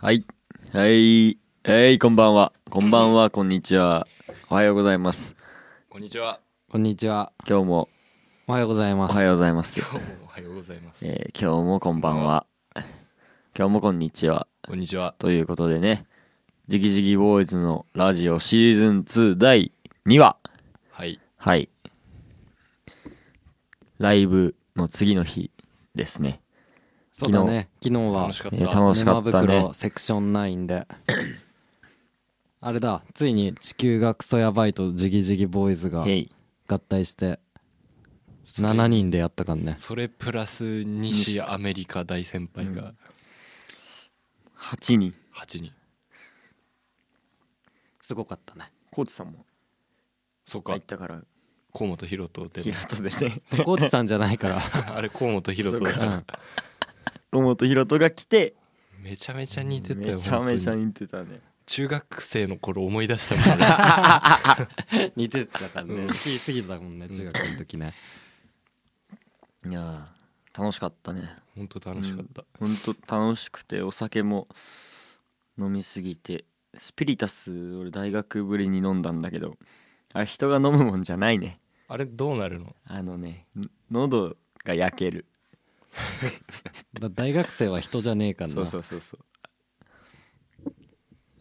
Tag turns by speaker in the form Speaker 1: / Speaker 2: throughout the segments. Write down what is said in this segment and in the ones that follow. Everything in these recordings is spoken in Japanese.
Speaker 1: はい。はい。えい、こんばんは。こんばんは、こんにちは。おはようございます。
Speaker 2: こんにちは。
Speaker 3: こんにちは。
Speaker 1: 今日も
Speaker 3: おはようございま
Speaker 1: お
Speaker 3: す。
Speaker 1: はようございます。
Speaker 2: 今日もおはようございます。
Speaker 1: えー今日もこんばんは。今日もこんにちは。
Speaker 2: こんにちは。
Speaker 1: ということでね、ジキジキボーイズのラジオシーズン2第2話。
Speaker 2: はい。
Speaker 1: はい。ライブの次の日ですね。
Speaker 3: そうだね。昨日は
Speaker 2: 楽しかっ
Speaker 1: えー
Speaker 2: た。
Speaker 1: 楽しか
Speaker 3: 沼
Speaker 1: ったね
Speaker 3: 袋。セクション9で。あれだ、ついに地球がクソやばいとジギジギボーイズが
Speaker 1: へい。
Speaker 3: 合体して
Speaker 2: それ
Speaker 3: 7人でやったからね。
Speaker 2: それプラス西アメリカ大先輩が
Speaker 1: 8人。
Speaker 2: 8人。
Speaker 3: すごかったね。
Speaker 1: コーチさんも
Speaker 2: そっ
Speaker 1: 入
Speaker 2: か
Speaker 1: っ。たから、
Speaker 2: 河本ヒロトで
Speaker 1: ヒロ。トでね。
Speaker 3: そこ落ちたんじゃないから。
Speaker 2: あれ河本ヒロトだ
Speaker 3: う
Speaker 2: から
Speaker 3: ん。
Speaker 1: ロモとヒロトが来て、
Speaker 2: めちゃめちゃ似てたよ。
Speaker 1: めちゃめちゃ
Speaker 2: 本当に
Speaker 1: 似てたね。
Speaker 2: 中学生の頃思い出したもん ね。
Speaker 3: 似てたからね。好きすぎたもんね、中学の時ね。
Speaker 1: いやー楽しかったね
Speaker 2: 本当楽しかった。
Speaker 1: ほんと楽しくてお酒も飲みすぎてスピリタス俺大学ぶりに飲んだんだけどあれ人が飲むもんじゃないね
Speaker 2: あれどうなるの
Speaker 1: あのねん喉が焼ける
Speaker 3: だ大学生は人じゃねえから
Speaker 1: そう
Speaker 3: な
Speaker 1: そ。うそうそう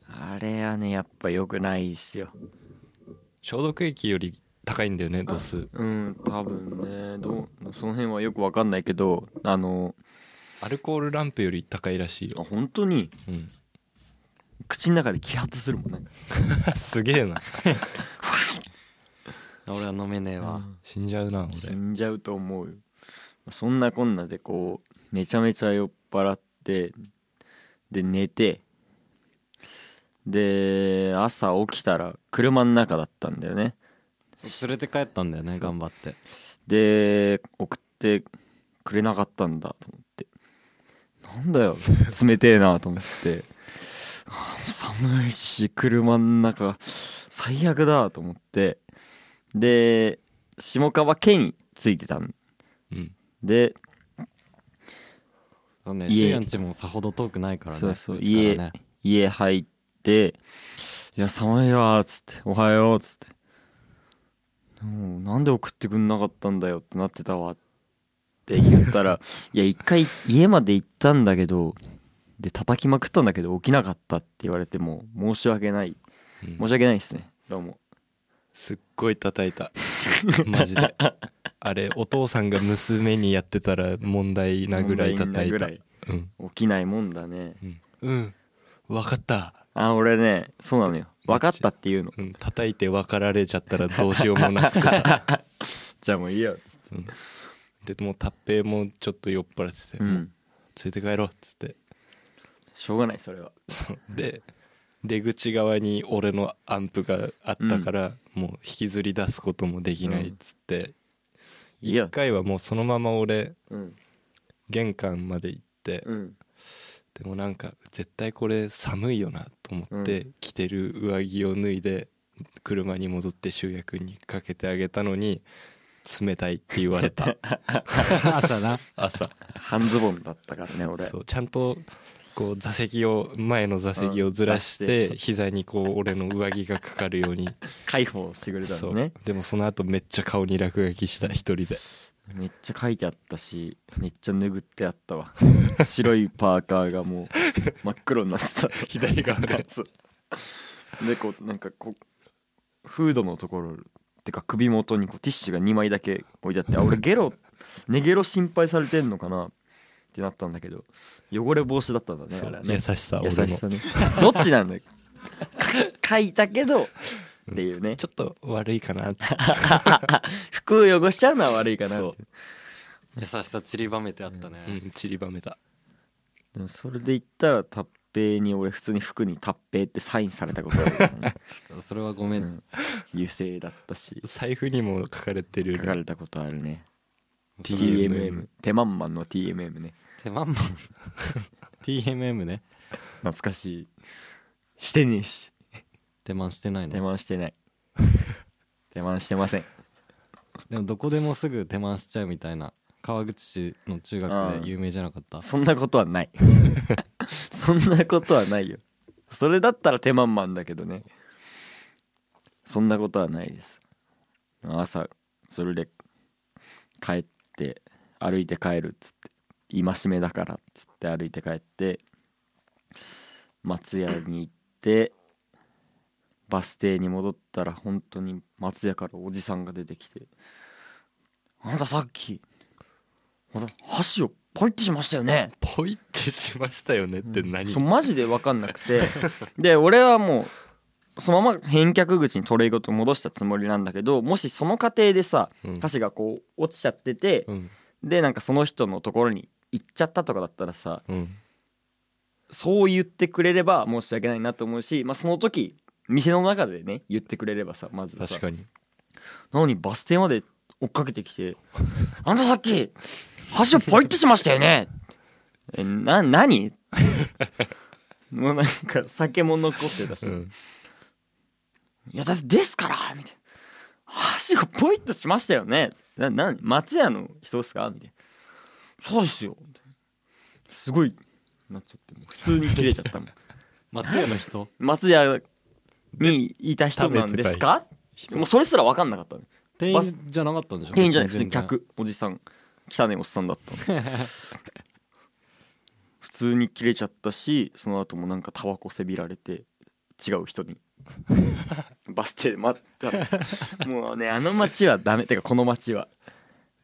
Speaker 1: あれはねやっぱ良くないっすよ
Speaker 2: 消毒液より高いんだよね、度数。
Speaker 1: うん多分ねどうその辺はよく分かんないけどあの
Speaker 2: アルコールランプより高いらしいよ。
Speaker 1: 本当に
Speaker 2: うん。
Speaker 1: 口の中で揮発するもんなんか
Speaker 2: すげえな。
Speaker 3: 俺は飲めねえわ。
Speaker 2: 死んじゃうな、
Speaker 1: 死
Speaker 2: 俺。
Speaker 1: んじゃうと思うよそんなこんなでこうめちゃめちゃ酔っ払ってで寝てで朝起きたら車の中だったんだよね
Speaker 3: 連れて帰ったんだよね、頑張って。
Speaker 1: で送ってくれなかったんだと思ってなんだよ冷てえなと思ってあー寒いし車の中最悪だと思ってで下川家に着いてたん
Speaker 2: うん。
Speaker 1: で
Speaker 3: そ
Speaker 1: 家
Speaker 3: うね、シアンちもさほど遠くないからね。
Speaker 1: そうそう
Speaker 3: ちからね
Speaker 1: 家入って「いや寒いわ」っつって「おはよう」っつって「でもなんで送ってくんなかったんだよ」ってなってたわって言った ら「いや一回家まで行ったんだけどで叩きまくったんだけど起きなかった」って言われてもう申し訳ない
Speaker 2: う
Speaker 1: 申
Speaker 2: ん
Speaker 1: し訳ないですねどうも
Speaker 2: すっごい叩いた マジであれお父さんが娘にやってたら問題なぐら
Speaker 1: 問題
Speaker 2: い叩
Speaker 1: ないぐ
Speaker 2: た
Speaker 1: らい
Speaker 2: うん、
Speaker 1: 起きないもんだね
Speaker 2: うんうん、分かった、
Speaker 1: あ俺ねそうなのよ分かったっていうの
Speaker 2: うん、叩いて分かられちゃったらどうしようもなくて さ
Speaker 1: じゃあもういいよつって
Speaker 2: でもう達平もちょっと酔っ払ってて、
Speaker 1: う
Speaker 2: もうん連れて帰ろうっつって
Speaker 1: しょうがないそれは
Speaker 2: そうで出口側に俺のアンプがあったから、もう引きずり出すこともできないっつって、
Speaker 1: いいよ
Speaker 2: 一回はもうそのまま俺
Speaker 1: うん
Speaker 2: 玄関まで行って、
Speaker 1: うん
Speaker 2: でもなんか絶対これ寒いよなと思って着てる上着を脱いで車に戻って集約にかけてあげたのに冷たいって言わ れた
Speaker 3: 朝な。
Speaker 2: 朝
Speaker 1: 半ズボンだったからね俺
Speaker 2: そうちゃんとこう座席を前の座席をずらし
Speaker 1: うん出して
Speaker 2: て膝にこう俺の上着がかかるよう に
Speaker 1: 解放してくれた
Speaker 2: そ
Speaker 1: の
Speaker 2: う
Speaker 1: ね
Speaker 2: でもその後めっちゃ顔に落書きした一人で
Speaker 1: めっちゃ書いてあったしめっちゃ拭ってあった わ白いパーカーがもう真っ黒になってた
Speaker 2: 左側で
Speaker 1: そうでこうなんかこうフードのところってか首元にこうティッシュが2枚だけ置いてあってあ俺ゲロ寝ゲロ心配されてんのかなってなったんだけど汚れ防止だったんだね
Speaker 2: そ
Speaker 1: あれは
Speaker 2: う
Speaker 1: ね
Speaker 2: 優しさ
Speaker 1: 優
Speaker 2: 俺の
Speaker 1: しさねどっちなん だよか書いたけどっていうね
Speaker 2: ちょっと悪い かなって
Speaker 1: 服を汚しちゃうのは悪いかなって
Speaker 2: そ
Speaker 1: いうう
Speaker 3: 優しさ散りばめてあったね、
Speaker 2: うん散りばめた
Speaker 1: でもそれで言ったらタッペイに俺普通に服にタッペイってサインされたことあるからね、
Speaker 3: それはごめ、
Speaker 1: うんん、油性だったし
Speaker 2: 財布にも書かれてるよ
Speaker 1: 書
Speaker 2: ね
Speaker 1: かれたことあるね
Speaker 2: TMM
Speaker 1: TMM 手まんまんの TMM ね
Speaker 3: 手間も TMM ね
Speaker 1: 懐かしいしてねえし
Speaker 3: 手間してない
Speaker 1: 手
Speaker 3: の
Speaker 1: 満してない手満してません
Speaker 3: でもどこでもすぐ手間しちゃうみたいな川口市の中学で有名じゃなかった
Speaker 1: そんなことはない そんなことはないよそれだったら手満々だけどねそんなことはないです朝それで帰って歩いて帰るっつって戒めだからっつって歩いて帰って松屋に行ってバス停に戻ったら本当に松屋からおじさんが出てきて「あなたさっきまた箸をポイってしましたよね」
Speaker 2: ポイってしましたよねって何、
Speaker 1: そうマジで分かんなく てで俺はもうそのまま返却口にトレイごと戻したつもりなんだけどもしその過程でさ
Speaker 2: うん
Speaker 1: 箸がこう落ちちゃってて
Speaker 2: うん
Speaker 1: でなんかその人のところに行っちゃったとかだったらさ
Speaker 2: うん
Speaker 1: そう言ってくれれば申し訳ないなと思うし、まあ、その時店の中でね言ってくれればさまずさ
Speaker 2: 確かに
Speaker 1: なのにバス停まで追っかけてきて「あんたさっき箸をポイってしましたよね!」えな何 もうなんか酒も残ってたし、
Speaker 2: うん
Speaker 1: いやだってですからみたいな箸がポイッとしましたよねな何松屋の人ですかみたいなそうですよみたいなすごいなっちゃってもう普通に切れちゃったもん
Speaker 3: 松屋の人
Speaker 1: 松屋にいた人なんですかもうそれすら分かんなかったね
Speaker 3: 店
Speaker 1: バス
Speaker 3: 員じゃなかったんでしょ
Speaker 1: 店員じゃない普通に
Speaker 3: 全然
Speaker 1: 客おじさん汚ねおっさんだった の普通に切れちゃったしその後もなんかタバコせびられて違う人 にバス停で待ったもうねあの街はダメてかこの街は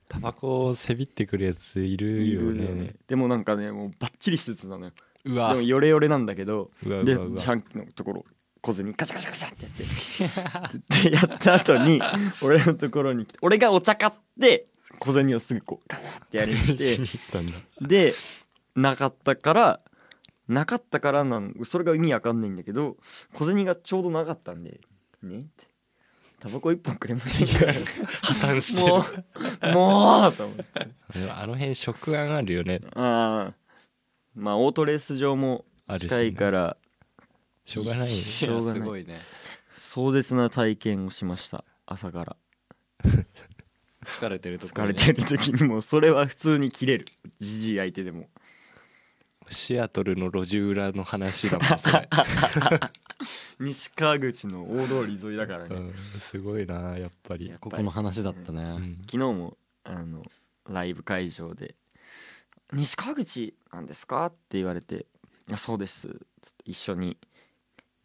Speaker 2: タバコをせびってくるやついるよね
Speaker 1: でもなんかねもうバッチリスーツなのよ
Speaker 2: う
Speaker 1: で
Speaker 2: わ
Speaker 1: もヨレヨレなんだけど
Speaker 2: うわうわ
Speaker 1: で
Speaker 2: うわ
Speaker 1: シャンクのところ小銭カチャカチャカチャって やってでやった後 に俺のところに来て俺がお茶買って小銭をすぐこうカチャってやりに来 て
Speaker 2: しに行ったんだ
Speaker 1: でなかったからなかったからなんそれが意味わかんないんだけど小銭がちょうどなかったんで「ねって「タバコ一本くれません か?」
Speaker 2: 破綻してる
Speaker 1: もうもうと思って
Speaker 2: でもあの辺食案あるよね
Speaker 1: ああまあオートレース場も
Speaker 2: あるしね
Speaker 1: 近いから
Speaker 2: しょうがないよね
Speaker 1: しょうがない
Speaker 3: やすごいね
Speaker 1: 壮絶な体験をしました朝から
Speaker 3: 疲れてるとこ
Speaker 1: 疲
Speaker 3: ろ
Speaker 1: れ
Speaker 3: に
Speaker 1: てる時にもうそれは普通に切れるじじい相手でも
Speaker 2: シアトルの路地裏の話だ もんそれ、
Speaker 1: 西川口の大通り沿いだから
Speaker 2: う
Speaker 1: ね
Speaker 2: ん、すごいなやっぱり
Speaker 3: ここの話だったね、
Speaker 2: うん
Speaker 1: 昨日もあのライブ会場で「西川口なんですか?」って言われて「あそうです」つって一緒に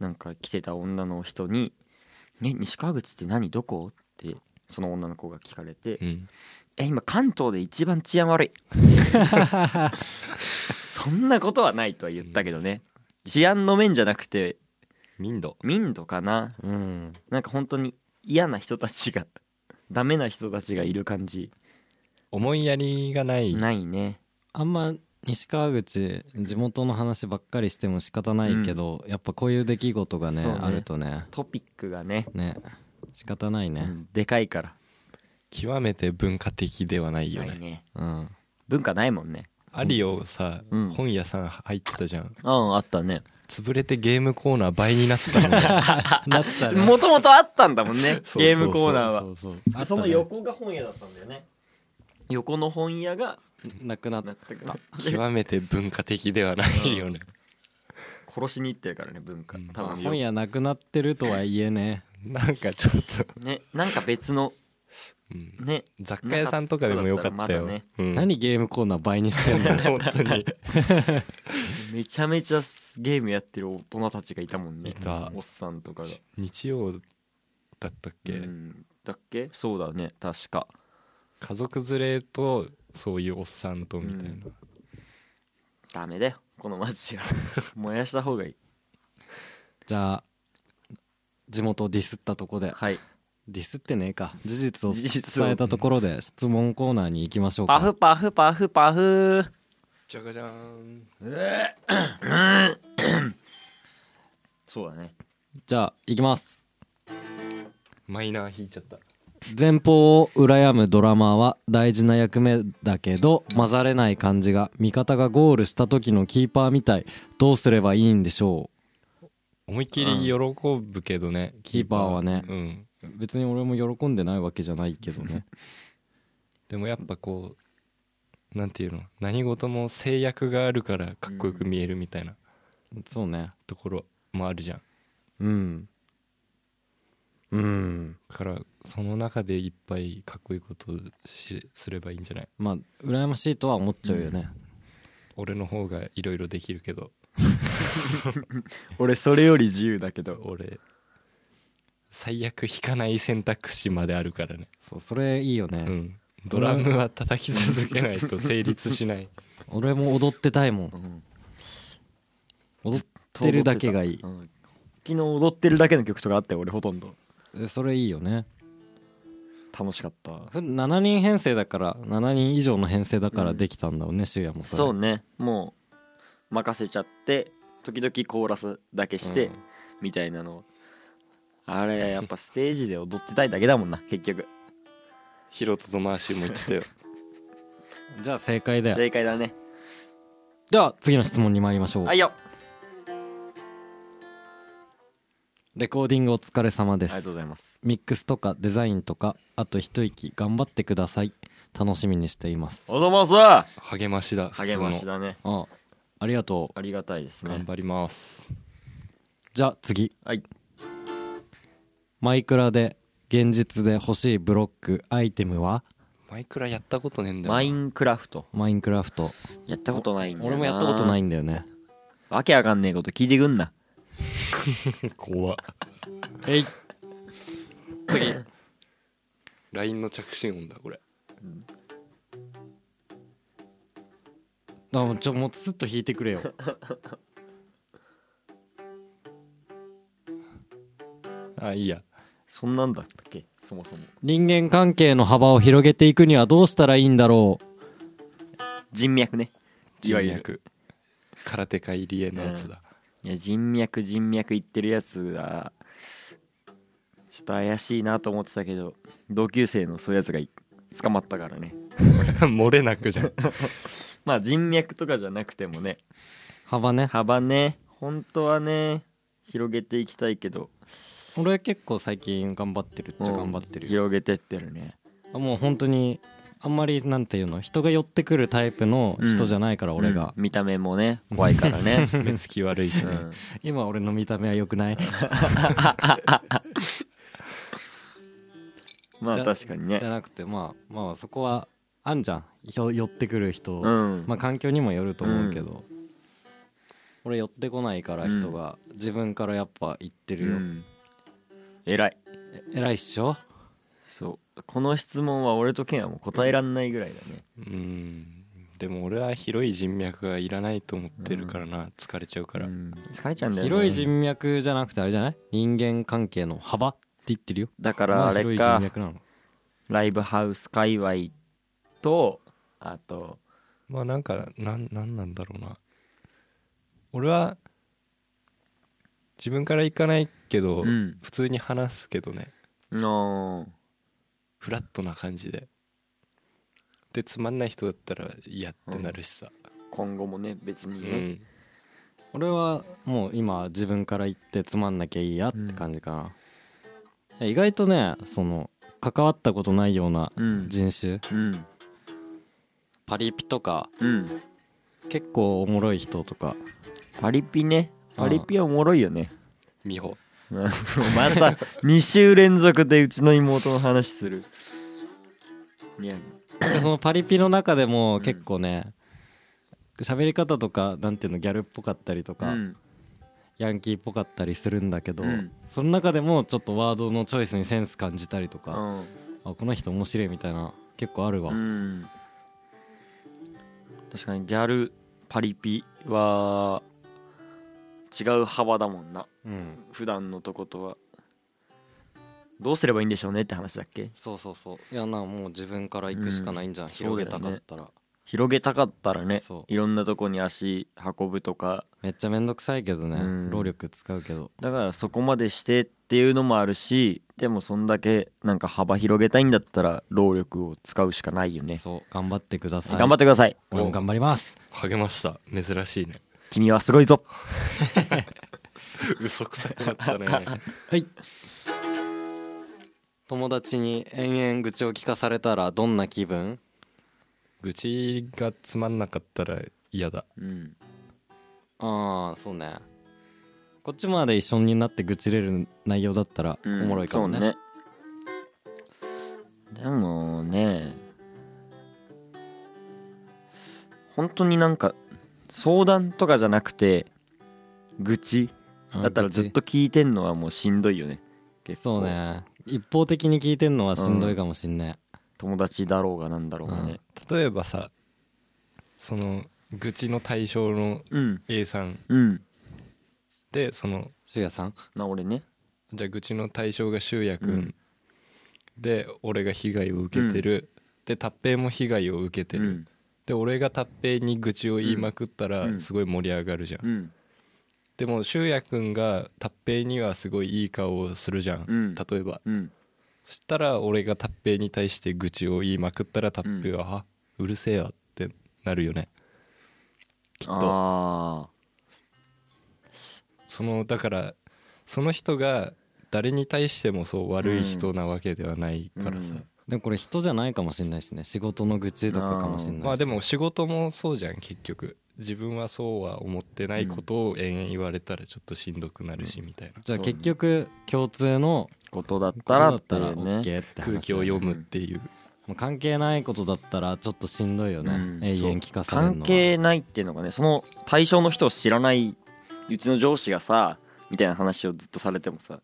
Speaker 1: なんか来てた女の人に「ね西川口って何どこ?」ってその女の子が聞かれて
Speaker 2: うん
Speaker 1: 「え今関東で一番治安 悪い」そんなことはないとは言ったけどね治安の面じゃなくて
Speaker 2: 民度
Speaker 1: 民度かな
Speaker 3: うん、
Speaker 1: なんか本当に嫌な人たちが ダメな人たちがいる感じ
Speaker 2: 思いやりがない
Speaker 1: ないね
Speaker 3: あんま西川口地元の話ばっかりしても仕方ないけど、やっぱこういう出来事がね
Speaker 1: そうね
Speaker 3: あるとね
Speaker 1: トピックがね
Speaker 3: ね仕方ないね
Speaker 1: でかいから
Speaker 2: 極めて文化的ではないよね
Speaker 1: ないね
Speaker 3: うん
Speaker 1: 文化ないもんね
Speaker 2: アリオさ、
Speaker 1: うん
Speaker 2: 本屋さん入ってたじゃん
Speaker 1: あああった ね
Speaker 2: 潰れてゲームコーナー倍になってたも んね
Speaker 3: なったね
Speaker 1: もともとあったんだもんね
Speaker 2: そうそうそう
Speaker 1: ゲームコーナーは
Speaker 3: そうそう
Speaker 1: あその横が本屋だったんだよね横の本屋が
Speaker 3: なくなっ
Speaker 1: な
Speaker 3: た
Speaker 1: ったから
Speaker 2: 極めて文化的ではないよね
Speaker 1: 殺しに行ってるからね文化
Speaker 2: うん
Speaker 1: 多分
Speaker 3: 本屋なくなってるとはいえね
Speaker 2: なんかちょっと、
Speaker 1: ねなんか別の
Speaker 2: うん
Speaker 1: ね
Speaker 2: 雑貨屋さんとかでもよかったよ
Speaker 1: なかっ
Speaker 2: うん、
Speaker 3: 何ゲームコーナー倍にして んの
Speaker 2: 本当に
Speaker 1: めちゃめちゃゲームやってる大人たちがいたもんね
Speaker 2: いた
Speaker 1: おっさんとかが
Speaker 2: 日曜だったっけ、
Speaker 1: うんだっけそうだね確か
Speaker 2: 家族連れとそういうおっさんとみたいな、
Speaker 1: うんダメだよこの 街は燃やした方がいい
Speaker 3: じゃあ地元をディスったとこで
Speaker 1: はい
Speaker 3: ディスってねえか事実を
Speaker 1: 事実を
Speaker 3: 伝えたところで質問コーナーに行きましょう
Speaker 1: パフ
Speaker 3: か
Speaker 1: パフパフパフ
Speaker 2: じゃがじゃーん
Speaker 1: そうだね
Speaker 3: じゃあ行きます
Speaker 2: マイナー引いちゃった
Speaker 3: 前方を羨むドラマーは大事な役目だけど混ざれない感じが味方がゴールした時のキーパーみたいどうすればいいんでしょ
Speaker 2: 思いっきり喜ぶけどね、
Speaker 3: キーパーはね
Speaker 2: うん
Speaker 3: う別に俺も喜んでないわけじゃないけどね
Speaker 2: でもやっぱこうなんていうの何事も制約があるからかっこよく見えるみたいな
Speaker 3: そうね
Speaker 2: ところもあるじゃん
Speaker 3: うんうん
Speaker 2: だからその中でいっぱいかっこいいことをしすればいいんじゃない
Speaker 3: まあ羨ましいとは思っちゃうよね、
Speaker 2: 俺の方がいろいろできるけど
Speaker 1: 俺それより自由だけど
Speaker 2: 俺最悪弾かない選択肢まであるからね
Speaker 3: そうそれいいよね、
Speaker 2: うんドラムは叩き続けないと成立し ない
Speaker 3: 俺も踊ってたいもん
Speaker 1: ん
Speaker 3: 踊ってるだけがいい
Speaker 1: うん昨日踊ってるだけの曲とかあったよ俺ほとんど
Speaker 3: でそれいいよね
Speaker 1: 楽しかった
Speaker 3: ふ7人編成だから7人以上の編成だからできたんだろうね柊也、もそれ
Speaker 1: そうねもう任せちゃって時々コーラスだけして、
Speaker 2: うん
Speaker 1: みたいなのあれやっぱステージで踊ってたいだけだもんな 結局
Speaker 2: ヒロトとマーシーも言ってたよ
Speaker 3: じゃあ正解だよ
Speaker 1: 正解だね
Speaker 3: では次の質問に参りましょう、
Speaker 1: はいよ
Speaker 3: レコーディングお疲れ様
Speaker 1: あ
Speaker 3: で
Speaker 1: り
Speaker 3: す
Speaker 1: がとうございます
Speaker 3: ミックスとかデザインとかあと一息頑張ってください楽しみにしています
Speaker 1: おどもさ
Speaker 2: 励ましだ普通
Speaker 1: 励
Speaker 2: の
Speaker 1: ましだね
Speaker 3: あありがとう
Speaker 1: ありがたいですね
Speaker 2: 頑張ります
Speaker 3: じゃあ次
Speaker 1: はい
Speaker 3: マイクラで現実で欲しいブロックアイテムは
Speaker 2: マイクラやったことねえんだよな
Speaker 1: マインクラフト
Speaker 3: マインクラフト
Speaker 1: やったことないんだよ
Speaker 3: 俺もやったことないいんだよね
Speaker 1: わけわかんねえこと聞いてくんな
Speaker 2: 怖っ
Speaker 3: えい
Speaker 2: LINE の着信音だこれ
Speaker 3: あもうちょもうずっと弾いてくれよ
Speaker 2: あいいや
Speaker 1: そんなんだったっけそもそも
Speaker 3: 人間関係の幅を広げていくにはどうしたらいいんだろう
Speaker 1: 人脈ねい
Speaker 2: 人
Speaker 1: わゆる
Speaker 2: 脈空手界入江のやつだ、
Speaker 1: いや人脈人脈言ってるやつがちょっと怪しいなと思ってたけど同級生のそういうやつがい捕まったからね
Speaker 2: 漏れなくじゃん
Speaker 1: まあ人脈とかじゃなくても ね
Speaker 3: 幅ね
Speaker 1: 幅ね本当はね広げていきたいけど
Speaker 3: 俺結構最近頑張ってるっちゃ頑張ってるよ
Speaker 1: 広げてってるね
Speaker 3: あもう本当にあんまりなんていうの人が寄ってくるタイプの人じゃないから俺が、
Speaker 1: うん見た目もね怖いから ね、
Speaker 2: 目つき悪いし
Speaker 1: う
Speaker 2: ね、
Speaker 1: ん、
Speaker 3: 今俺の見た目は良くない
Speaker 1: ま
Speaker 3: じ
Speaker 1: あ
Speaker 3: ゃ
Speaker 1: 確かに
Speaker 3: じ
Speaker 1: ね
Speaker 3: ゃなくてまあまあそこはあんじゃんひょ寄ってくる人、
Speaker 1: うん
Speaker 3: まあ環境にもよると思うけど、俺寄ってこないから人が、自分からやっぱ言って
Speaker 1: う
Speaker 3: るよ、
Speaker 1: ん偉い
Speaker 3: え偉いっしょ
Speaker 1: そうこの質問は俺とケンはもう答えらんないぐらいだね
Speaker 2: うーんでも俺は広い人脈がいらないと思ってるからな、疲れちゃうから、
Speaker 1: うん疲れちゃうんだよね
Speaker 3: 広い人脈じゃなくてあれじゃない人間関係の幅って言ってるよ
Speaker 1: だか
Speaker 3: ま
Speaker 1: らあ
Speaker 3: 広
Speaker 1: れ
Speaker 3: い人
Speaker 1: か
Speaker 3: 脈なの
Speaker 1: ライブハウス界隈とあと
Speaker 2: まあなんかなんなんなんだろうな俺は自分から行かないけど、
Speaker 1: うん
Speaker 2: 普通に話すけどね
Speaker 1: の
Speaker 2: フラットな感じででつまんない人だったら嫌ってなるしさ、
Speaker 1: 今後もね別
Speaker 2: う
Speaker 1: に
Speaker 2: ん
Speaker 1: ね、
Speaker 3: 俺はもう今自分から言ってつまんなきゃいいやって感じかな、意外とねその関わったことないような
Speaker 1: うん
Speaker 3: 人種、
Speaker 1: うん
Speaker 3: パリピとか
Speaker 1: うん
Speaker 3: 結構おもろい人とか
Speaker 1: パリピねパリピはおもろいよね
Speaker 2: 美穂
Speaker 1: また2週連続でうちの妹の話するいや
Speaker 3: でそのパリピの中でも結構ね喋り方とかなんていうのギャルっぽかったりと
Speaker 1: う
Speaker 3: か、
Speaker 1: ん
Speaker 3: ヤンキーっぽかったりするんだけど、
Speaker 1: うん
Speaker 3: その中でもちょっとワードのチョイスにセンス感じたりと
Speaker 1: う
Speaker 3: か、
Speaker 1: ん
Speaker 3: あこの人面白いみたいな結構あるわ、
Speaker 1: うん確かにギャルパリピは違う幅だもんな
Speaker 3: うん
Speaker 1: 普段のとことはどうすればいいんでしょうねって話だっけ
Speaker 3: そうそうそういやなもう自分から行くしかないんじゃん、
Speaker 1: うん
Speaker 3: 広げたかったら、
Speaker 1: 広げたかったらね
Speaker 3: そう
Speaker 1: いろんなとこに足運ぶとか
Speaker 3: めっちゃめんどくさいけどね、
Speaker 1: うん
Speaker 3: 労力使うけど
Speaker 1: だからそこまでしてっていうのもあるしでもそんだけなんか幅広げたいんだったら労力を使うしかないよね
Speaker 3: そう頑張ってください
Speaker 1: 頑張ってください
Speaker 3: 俺も頑張ります
Speaker 2: 励ました珍しいね
Speaker 1: 君はすごいぞ
Speaker 2: 嘘くさくなったね
Speaker 3: はい友達に延々愚痴を聞かされたらどんな気分
Speaker 2: 愚痴がつまんなかったら嫌だ
Speaker 1: うん
Speaker 3: ああそうねこっちまで一緒になって愚痴れる内容だったらお
Speaker 1: うん
Speaker 3: もろいかもね,、
Speaker 1: そうねでもね本当になんか相談とかじゃなくて愚痴だったらずっと聞いてんのはもうしんどいよね結構
Speaker 3: そうね一方的に聞いてんのはしんどいかもしんね
Speaker 1: 友達だろうがなんだろうがね
Speaker 2: 例えばさその愚痴の対象の
Speaker 1: うん
Speaker 2: A さん
Speaker 1: うん
Speaker 2: でその
Speaker 3: しゅうやさん
Speaker 1: な俺ね
Speaker 2: じゃあ愚痴の対象が修也く
Speaker 1: うん
Speaker 2: で俺が被害を受けてる、で達平も被害を受けて
Speaker 1: う
Speaker 2: る、
Speaker 1: ん
Speaker 2: で俺が達平に愚痴を言いまくった
Speaker 1: う
Speaker 2: ら
Speaker 1: ん
Speaker 2: すごい盛り上がるじゃん、
Speaker 1: うん
Speaker 2: でも修也くんが達平にはすごいいい顔をするじゃん、
Speaker 1: うん
Speaker 2: 例えば
Speaker 1: うん
Speaker 2: そしたら俺が達平に対して愚痴を言いまくったら達平は「あうるせえよ」ってなるよねきっと
Speaker 1: ああ
Speaker 2: そのだからその人が誰に対してもそう悪い人なわけではないからさ、
Speaker 1: うん
Speaker 3: でもこれ人じゃないかもしんないしね仕事の愚痴とかかもしんないし
Speaker 2: まあでも仕事もそうじゃん結局自分はそうは思ってないことを延々言われたらちょっとしんどくなるしみたいな
Speaker 3: じゃあ結局共通の
Speaker 1: ことだったら
Speaker 3: だ
Speaker 1: っ
Speaker 3: った
Speaker 1: てい
Speaker 3: ら
Speaker 1: うね
Speaker 3: OK って話だよね
Speaker 2: 空気を読むっていう
Speaker 3: もう関係ないことだったらちょっとしんどいよね、
Speaker 1: うん
Speaker 3: 永遠聞かされるの
Speaker 1: 関
Speaker 3: は
Speaker 1: 係ないっていうのがねその対象の人を知らないうちの上司がさみたいな話をずっとされてもさ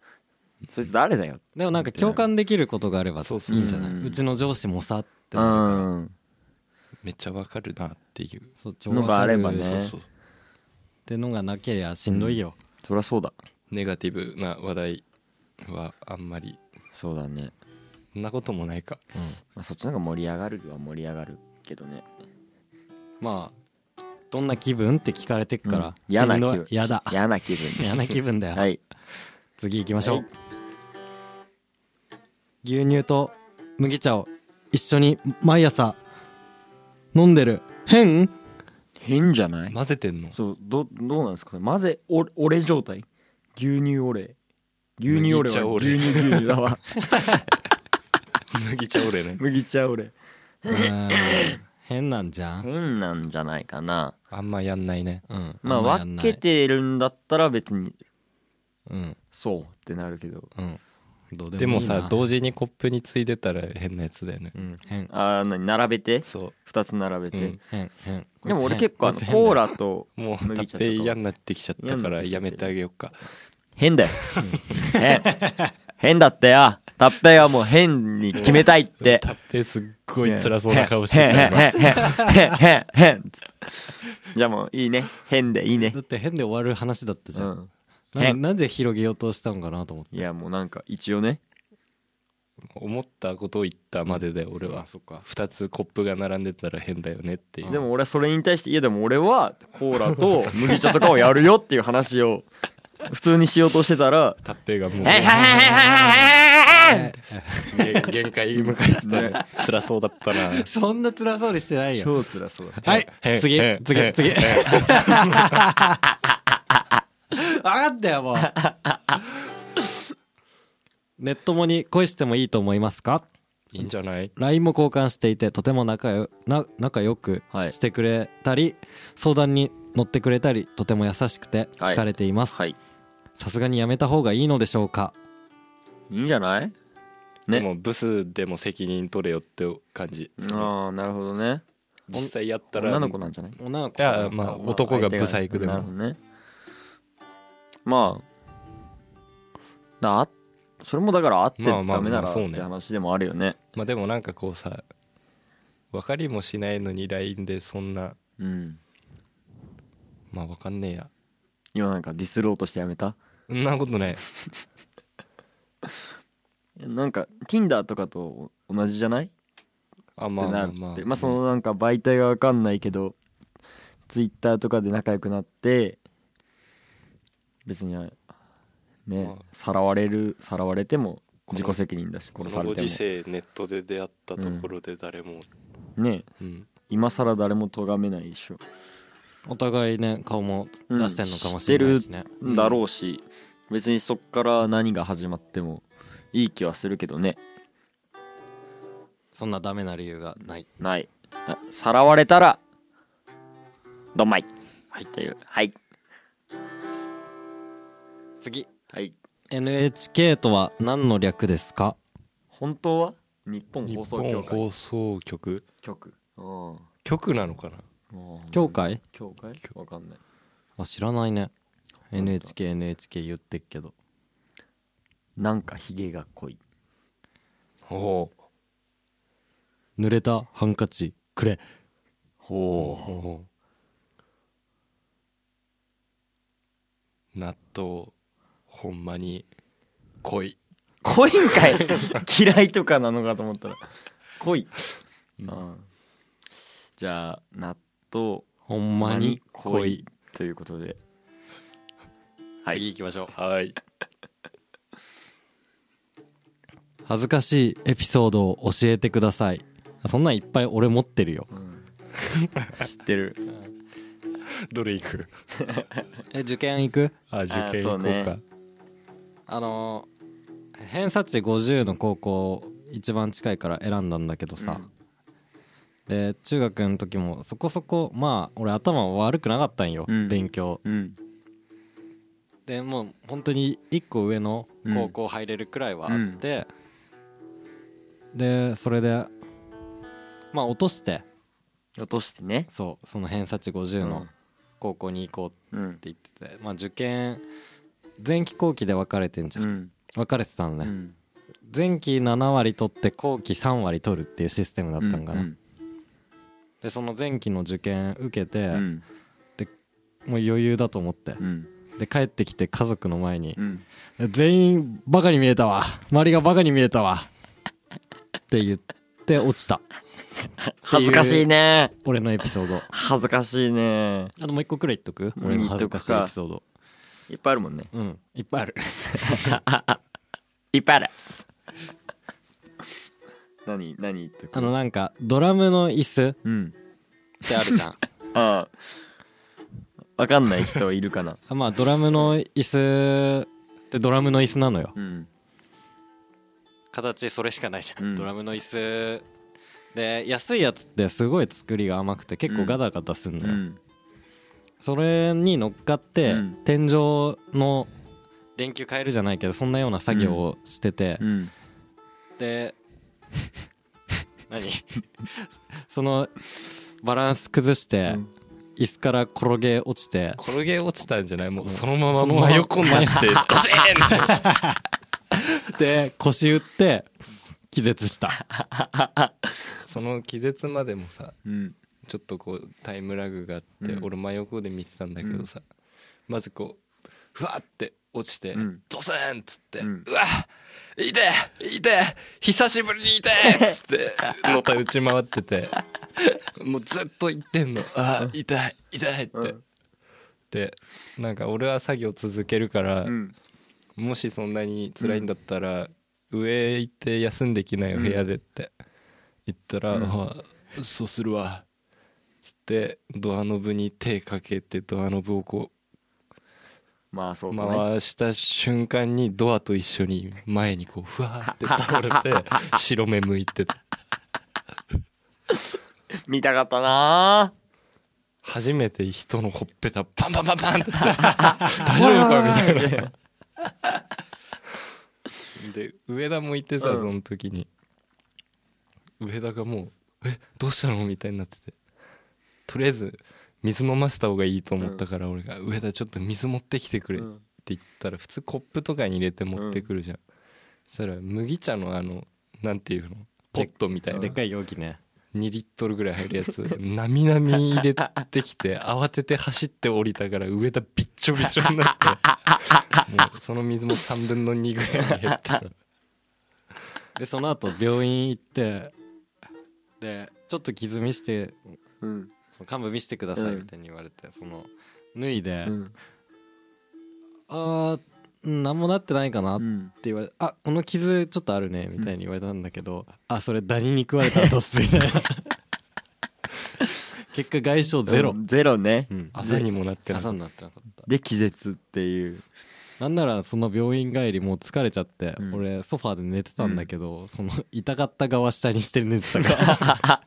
Speaker 1: そいつ誰だよ
Speaker 3: でもなんか共感できることがあればい
Speaker 2: そう
Speaker 3: い
Speaker 2: そうん
Speaker 3: じゃない
Speaker 1: うん
Speaker 3: うちの上司もさって
Speaker 1: う
Speaker 3: なるから
Speaker 1: ん
Speaker 2: めっちゃわかるなっていう
Speaker 3: そう調
Speaker 1: のがあれば
Speaker 3: 和
Speaker 1: ね
Speaker 3: す
Speaker 2: そ
Speaker 3: る
Speaker 2: うそう
Speaker 3: ってのがなけりゃしんどいよ、
Speaker 1: そりゃそうだ
Speaker 2: ネガティブな話題はあんまり
Speaker 1: そうだね、
Speaker 2: そんなこともないか
Speaker 1: まあ、そっちの方が盛り上がるは盛り上がるけどね
Speaker 3: まあどんな気分って聞かれてっから、
Speaker 1: うん嫌な気
Speaker 3: しんど
Speaker 1: 分
Speaker 3: い嫌だ
Speaker 1: 嫌な気分
Speaker 3: 嫌な気分だよ、
Speaker 1: はい
Speaker 3: 次行きましょう、
Speaker 1: はい
Speaker 3: 牛乳と麦茶を一緒に毎朝飲んでる変
Speaker 1: 変じゃない、
Speaker 2: 混ぜてんの
Speaker 1: そうどどうなんですかねまぜお俺状態牛乳俺牛乳俺
Speaker 2: 麦茶
Speaker 1: は
Speaker 2: 俺
Speaker 1: 牛乳牛乳だわ
Speaker 2: 麦茶俺ね
Speaker 1: 麦茶俺
Speaker 3: うん変なんじゃん、
Speaker 1: 変なんじゃないかな
Speaker 2: あんまやんないね
Speaker 3: うん、
Speaker 1: まあ
Speaker 3: んやん
Speaker 1: 分
Speaker 3: ない
Speaker 1: けてるんだったら別に
Speaker 3: うん
Speaker 1: そうってなるけど
Speaker 3: うんどうで
Speaker 2: で
Speaker 3: も
Speaker 2: も
Speaker 3: いいな
Speaker 2: さ同時にコップについでたら変なやつだよね
Speaker 3: うん変
Speaker 1: あー何並べて
Speaker 2: そ
Speaker 1: 2つ並べて、
Speaker 2: うん
Speaker 3: 変変
Speaker 1: でも俺結構あの
Speaker 3: こいつ
Speaker 1: コーラと
Speaker 2: うもう
Speaker 1: 麦
Speaker 2: 達
Speaker 1: 茶と
Speaker 2: 平
Speaker 1: か
Speaker 2: 嫌になってきちゃったからやめてあげようか
Speaker 1: 変だよ変変だってよタッペイはもう変に決めたいって
Speaker 2: 達平すっごい辛そうな顔して
Speaker 1: 変
Speaker 2: た今
Speaker 1: 変変変変変じゃあもういいね変でいいね
Speaker 3: だって変で終わる話だったじ
Speaker 1: う
Speaker 3: ゃん、
Speaker 1: ん
Speaker 3: なんか
Speaker 1: 変
Speaker 3: なんで広げようとしたのかなと思って
Speaker 1: いやもうなんか一応ね
Speaker 2: 思ったことを言ったまでで俺は2つコップが並んでたら変だよねっていう
Speaker 1: でも俺はそれに対していやでも俺はコーラと麦茶とかをやるよっていう話を普通にしようとしてたら
Speaker 2: 達平がもう
Speaker 1: 変変変変変
Speaker 2: 限限界迎えてたね辛そうだっ たな
Speaker 3: そんな辛そうにしてないよ
Speaker 1: 超辛そう
Speaker 3: はい
Speaker 2: 変
Speaker 3: 次
Speaker 2: 変
Speaker 3: 次
Speaker 2: 変
Speaker 3: 次分かったよもうネットもに恋してもいいと思いますか
Speaker 2: いいんじゃない
Speaker 3: LINE も交換していてとても仲よな仲良く
Speaker 1: はい
Speaker 3: してくれたり、相談に乗ってくれたりとても優しくて
Speaker 1: はい
Speaker 3: 惹かれています
Speaker 1: はい
Speaker 3: さすがにやめた方がいいのでしょうか
Speaker 1: いいんじゃないね
Speaker 2: でもブスでも責任取れよって感じ
Speaker 1: ああなるほどね
Speaker 2: 実際やったら
Speaker 1: 女の子なんじゃない
Speaker 3: 女の子
Speaker 2: いやまあ男がブサイクで
Speaker 1: なるほ
Speaker 2: も
Speaker 1: どねまあだあそれもだからあって
Speaker 2: まあ
Speaker 1: ダ
Speaker 2: まあ
Speaker 1: メならっ
Speaker 2: そうね
Speaker 1: て話でもあるよね
Speaker 2: まあでもなんかこうさ分かりもしないのに LINE でそんな
Speaker 1: うん
Speaker 2: まあ分かんねえや
Speaker 1: 今なんかディスろうとしてやめた
Speaker 2: そんなことない
Speaker 1: なんか Tinder とかと同じじゃないって
Speaker 2: あまあま
Speaker 1: な
Speaker 2: あ
Speaker 1: るって
Speaker 2: まあ
Speaker 1: まあそのなんか媒体が分かんないけど Twitter とかで仲良くなって別にね
Speaker 2: まあ
Speaker 1: さらわれるさらわれても
Speaker 2: この
Speaker 1: 自己責任だし
Speaker 2: こ
Speaker 1: 殺さ
Speaker 2: の
Speaker 1: れ
Speaker 2: ご
Speaker 1: ても
Speaker 2: 時世ネットで出会ったところで誰も、
Speaker 1: ね
Speaker 2: うん
Speaker 1: 今更誰も咎めないでしょ
Speaker 3: お互いね顔も出してんのかもし
Speaker 1: う
Speaker 3: れ
Speaker 1: ん
Speaker 3: ないしね、
Speaker 2: うん
Speaker 1: だろうし、別にそっから何が始まってもいい気はするけどね
Speaker 3: そんなダメな理由がない
Speaker 1: ないあさらわれたらどんまいはいというはい
Speaker 3: 次
Speaker 1: はい
Speaker 3: NHK とは何の略ですか
Speaker 1: 本当は日本
Speaker 2: 日
Speaker 1: 放送
Speaker 2: 本
Speaker 1: 協会
Speaker 2: 放送局
Speaker 1: 局うん
Speaker 2: 局なのかな
Speaker 1: うん
Speaker 3: 協会
Speaker 1: 協会わかんない
Speaker 3: あ知らないね
Speaker 1: 当
Speaker 3: NHKNHK 言ってっけど
Speaker 1: なんかひげが濃い
Speaker 2: おお
Speaker 3: 濡れたハンカチくれ
Speaker 1: ほう
Speaker 2: お納豆ほんまに濃い
Speaker 1: 濃いんか い嫌いとかなのかと思ったら濃い、
Speaker 2: うん
Speaker 1: うんじゃあ納豆
Speaker 3: ほんまに
Speaker 1: 濃
Speaker 3: 濃
Speaker 1: い
Speaker 3: い
Speaker 1: ということでは
Speaker 2: はいい次行きましょうはい
Speaker 3: 恥ずかしいエピソードを教えてくださいあそんなんいっぱい俺持ってるよ
Speaker 1: うん知って る
Speaker 2: どれ行く
Speaker 3: え受験行く
Speaker 2: あ受
Speaker 1: あー
Speaker 2: 験行
Speaker 1: そ
Speaker 2: こ
Speaker 1: う
Speaker 2: う
Speaker 1: ね
Speaker 2: か
Speaker 3: あのー偏差値50の高校一番近いから選んだんだけどさ、で中学の時もそこそこまあ俺頭悪くなかったんよ、
Speaker 1: うん
Speaker 3: 勉強
Speaker 1: うん
Speaker 3: でもう本当に1個上の高校入れるくらいはあって、でそれでまあ落として
Speaker 1: 落としてね
Speaker 3: そうその偏差値50の高校に行こうっ
Speaker 1: うん
Speaker 3: て言ってて、まあ受験前期後期で分かれてんじゃん、
Speaker 1: うん
Speaker 3: 分かれてたの
Speaker 1: う
Speaker 3: ね、
Speaker 1: ん
Speaker 3: 前期7割取って後期3割取るっていうシステムだったんかな、
Speaker 1: うん
Speaker 3: でその前期の受験受けて、
Speaker 1: うん
Speaker 3: もう余裕だと思って
Speaker 1: う、ん
Speaker 3: で帰ってきて家族の前に
Speaker 1: う、ん
Speaker 3: 全員バカに見えたわ周りがバカに見えたわって言って落ちた
Speaker 1: 恥ずかしいね
Speaker 3: 俺のエピソードあ
Speaker 1: 恥ずかしいね
Speaker 3: ともう一個くらい言っとく
Speaker 1: うん
Speaker 3: 俺の恥ずかしいエピソード
Speaker 1: いっぱいあるもんね
Speaker 3: うんいっぱいある
Speaker 1: いっぱいあ る何何言ってる
Speaker 3: あのなんかドラムの椅子
Speaker 1: うん
Speaker 3: ってある じゃん
Speaker 1: ああ分かんない人いるかな
Speaker 3: あまあドラムの椅子ってドラムの椅子なのよ
Speaker 1: うん
Speaker 3: 形それしかないじゃん、
Speaker 1: うん
Speaker 3: ドラムの椅子で安いやつってすごい作りが甘くて結構ガタガタすん
Speaker 1: う
Speaker 3: のよ、
Speaker 1: ん
Speaker 3: それに乗っかって、
Speaker 1: うん
Speaker 3: 天井の電球変えるじゃないけどそんなような作業をしてて、
Speaker 1: うん
Speaker 3: で何 そのバランス崩して、
Speaker 1: うん
Speaker 3: 椅子から転げ落ちて
Speaker 2: 転げ落ちたんじゃないもうそのまま
Speaker 3: そのまま
Speaker 2: 真横にな ってドシーンって
Speaker 3: で腰打って気絶した
Speaker 2: その気絶までもさ
Speaker 1: うん
Speaker 2: ちょっとこうタイムラグがあって、
Speaker 1: うん
Speaker 2: 俺真横で見てたんだけどさ、まずこうふわって落ちて、
Speaker 1: うん
Speaker 2: ドスンっつって、
Speaker 1: う
Speaker 2: うんわ痛え痛え久しぶりに痛えっつって のた打ち回っててもうずっと言ってんのあ痛い痛いって、
Speaker 1: うん
Speaker 2: でなんか俺は作業続けるから、
Speaker 1: うん
Speaker 2: もしそんなに辛いんだったら、上行って休んできなよ
Speaker 1: うん
Speaker 2: 部屋でって言ったら「
Speaker 1: うん
Speaker 2: ああそうするわ」つってドアノブに手かけてドアノブをこ
Speaker 1: まあそう
Speaker 2: う
Speaker 1: だね
Speaker 2: 回した瞬間にドアと一緒に前にこうふわーって倒れ て白目向いてた
Speaker 1: 見たかったな
Speaker 2: 初めて人のほっぺたパンパンパンパンって大丈夫かみたいな。で上田もいてさ、
Speaker 1: うん
Speaker 2: その時に上田がもう「えどうしたの?」みたいになっててとりあえず水飲ませた方がいいと思ったから、俺が「上田ちょっと水持ってきてくれ」っ
Speaker 1: うん
Speaker 2: て言ったら普通コップとかに入れて持ってくるじゃん、そしたら麦茶のあのなんていうのポットみたいな
Speaker 3: でっ
Speaker 2: 2
Speaker 3: かい容器ね
Speaker 2: リットルぐらい入るやつなみなみ入れてきて慌てて走って降りたから上田びっちょびちょになってもうその水も3分の2ぐらいに減ってた。
Speaker 3: でその後病院行ってでちょっと傷見して
Speaker 1: うん
Speaker 3: 幹部見せてください
Speaker 1: うん
Speaker 3: みたいに言われて、その脱いで、
Speaker 1: うん
Speaker 3: あーうん何もなってないかな
Speaker 1: う
Speaker 3: って
Speaker 1: ん
Speaker 3: 言われて、あこの傷ちょっとあるねみたいに言われたんだけど、あそれダニに食われた後っすみたいな結果外傷ゼロ、
Speaker 1: ゼロね
Speaker 3: うん
Speaker 2: 朝にもなってな
Speaker 3: 朝
Speaker 2: い
Speaker 3: になってなかった
Speaker 1: で気絶っていう
Speaker 3: なんならその病院帰りもう疲れちゃって、
Speaker 1: うん
Speaker 3: 俺ソファーで寝てたんだけど、その痛かった側下にして寝てたか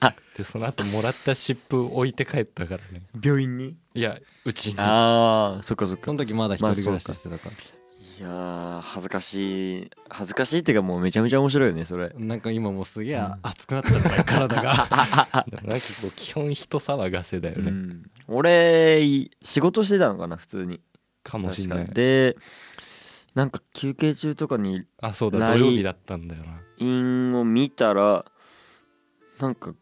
Speaker 3: ら
Speaker 2: でその後もらった湿布置いて帰ったからね
Speaker 1: 病院に
Speaker 2: いやうちに
Speaker 1: ああそっかそっ
Speaker 3: そ
Speaker 1: か
Speaker 3: の時まだ一人暮らししてたから、
Speaker 1: いやー恥ずかしい恥ずかしいっていうかもうめちゃめちゃ面白いよねそれ
Speaker 3: なんか今もうすげえ熱くなっちゃったよ体が
Speaker 2: なんかこう基本人騒がせだよね、
Speaker 1: うん俺い仕事してたのかな普通に
Speaker 2: かもしんない
Speaker 1: 確かでなんか休憩中とかに
Speaker 2: あそうだ土
Speaker 1: 来
Speaker 2: 曜日だったんだよな
Speaker 1: ンを見たらなんか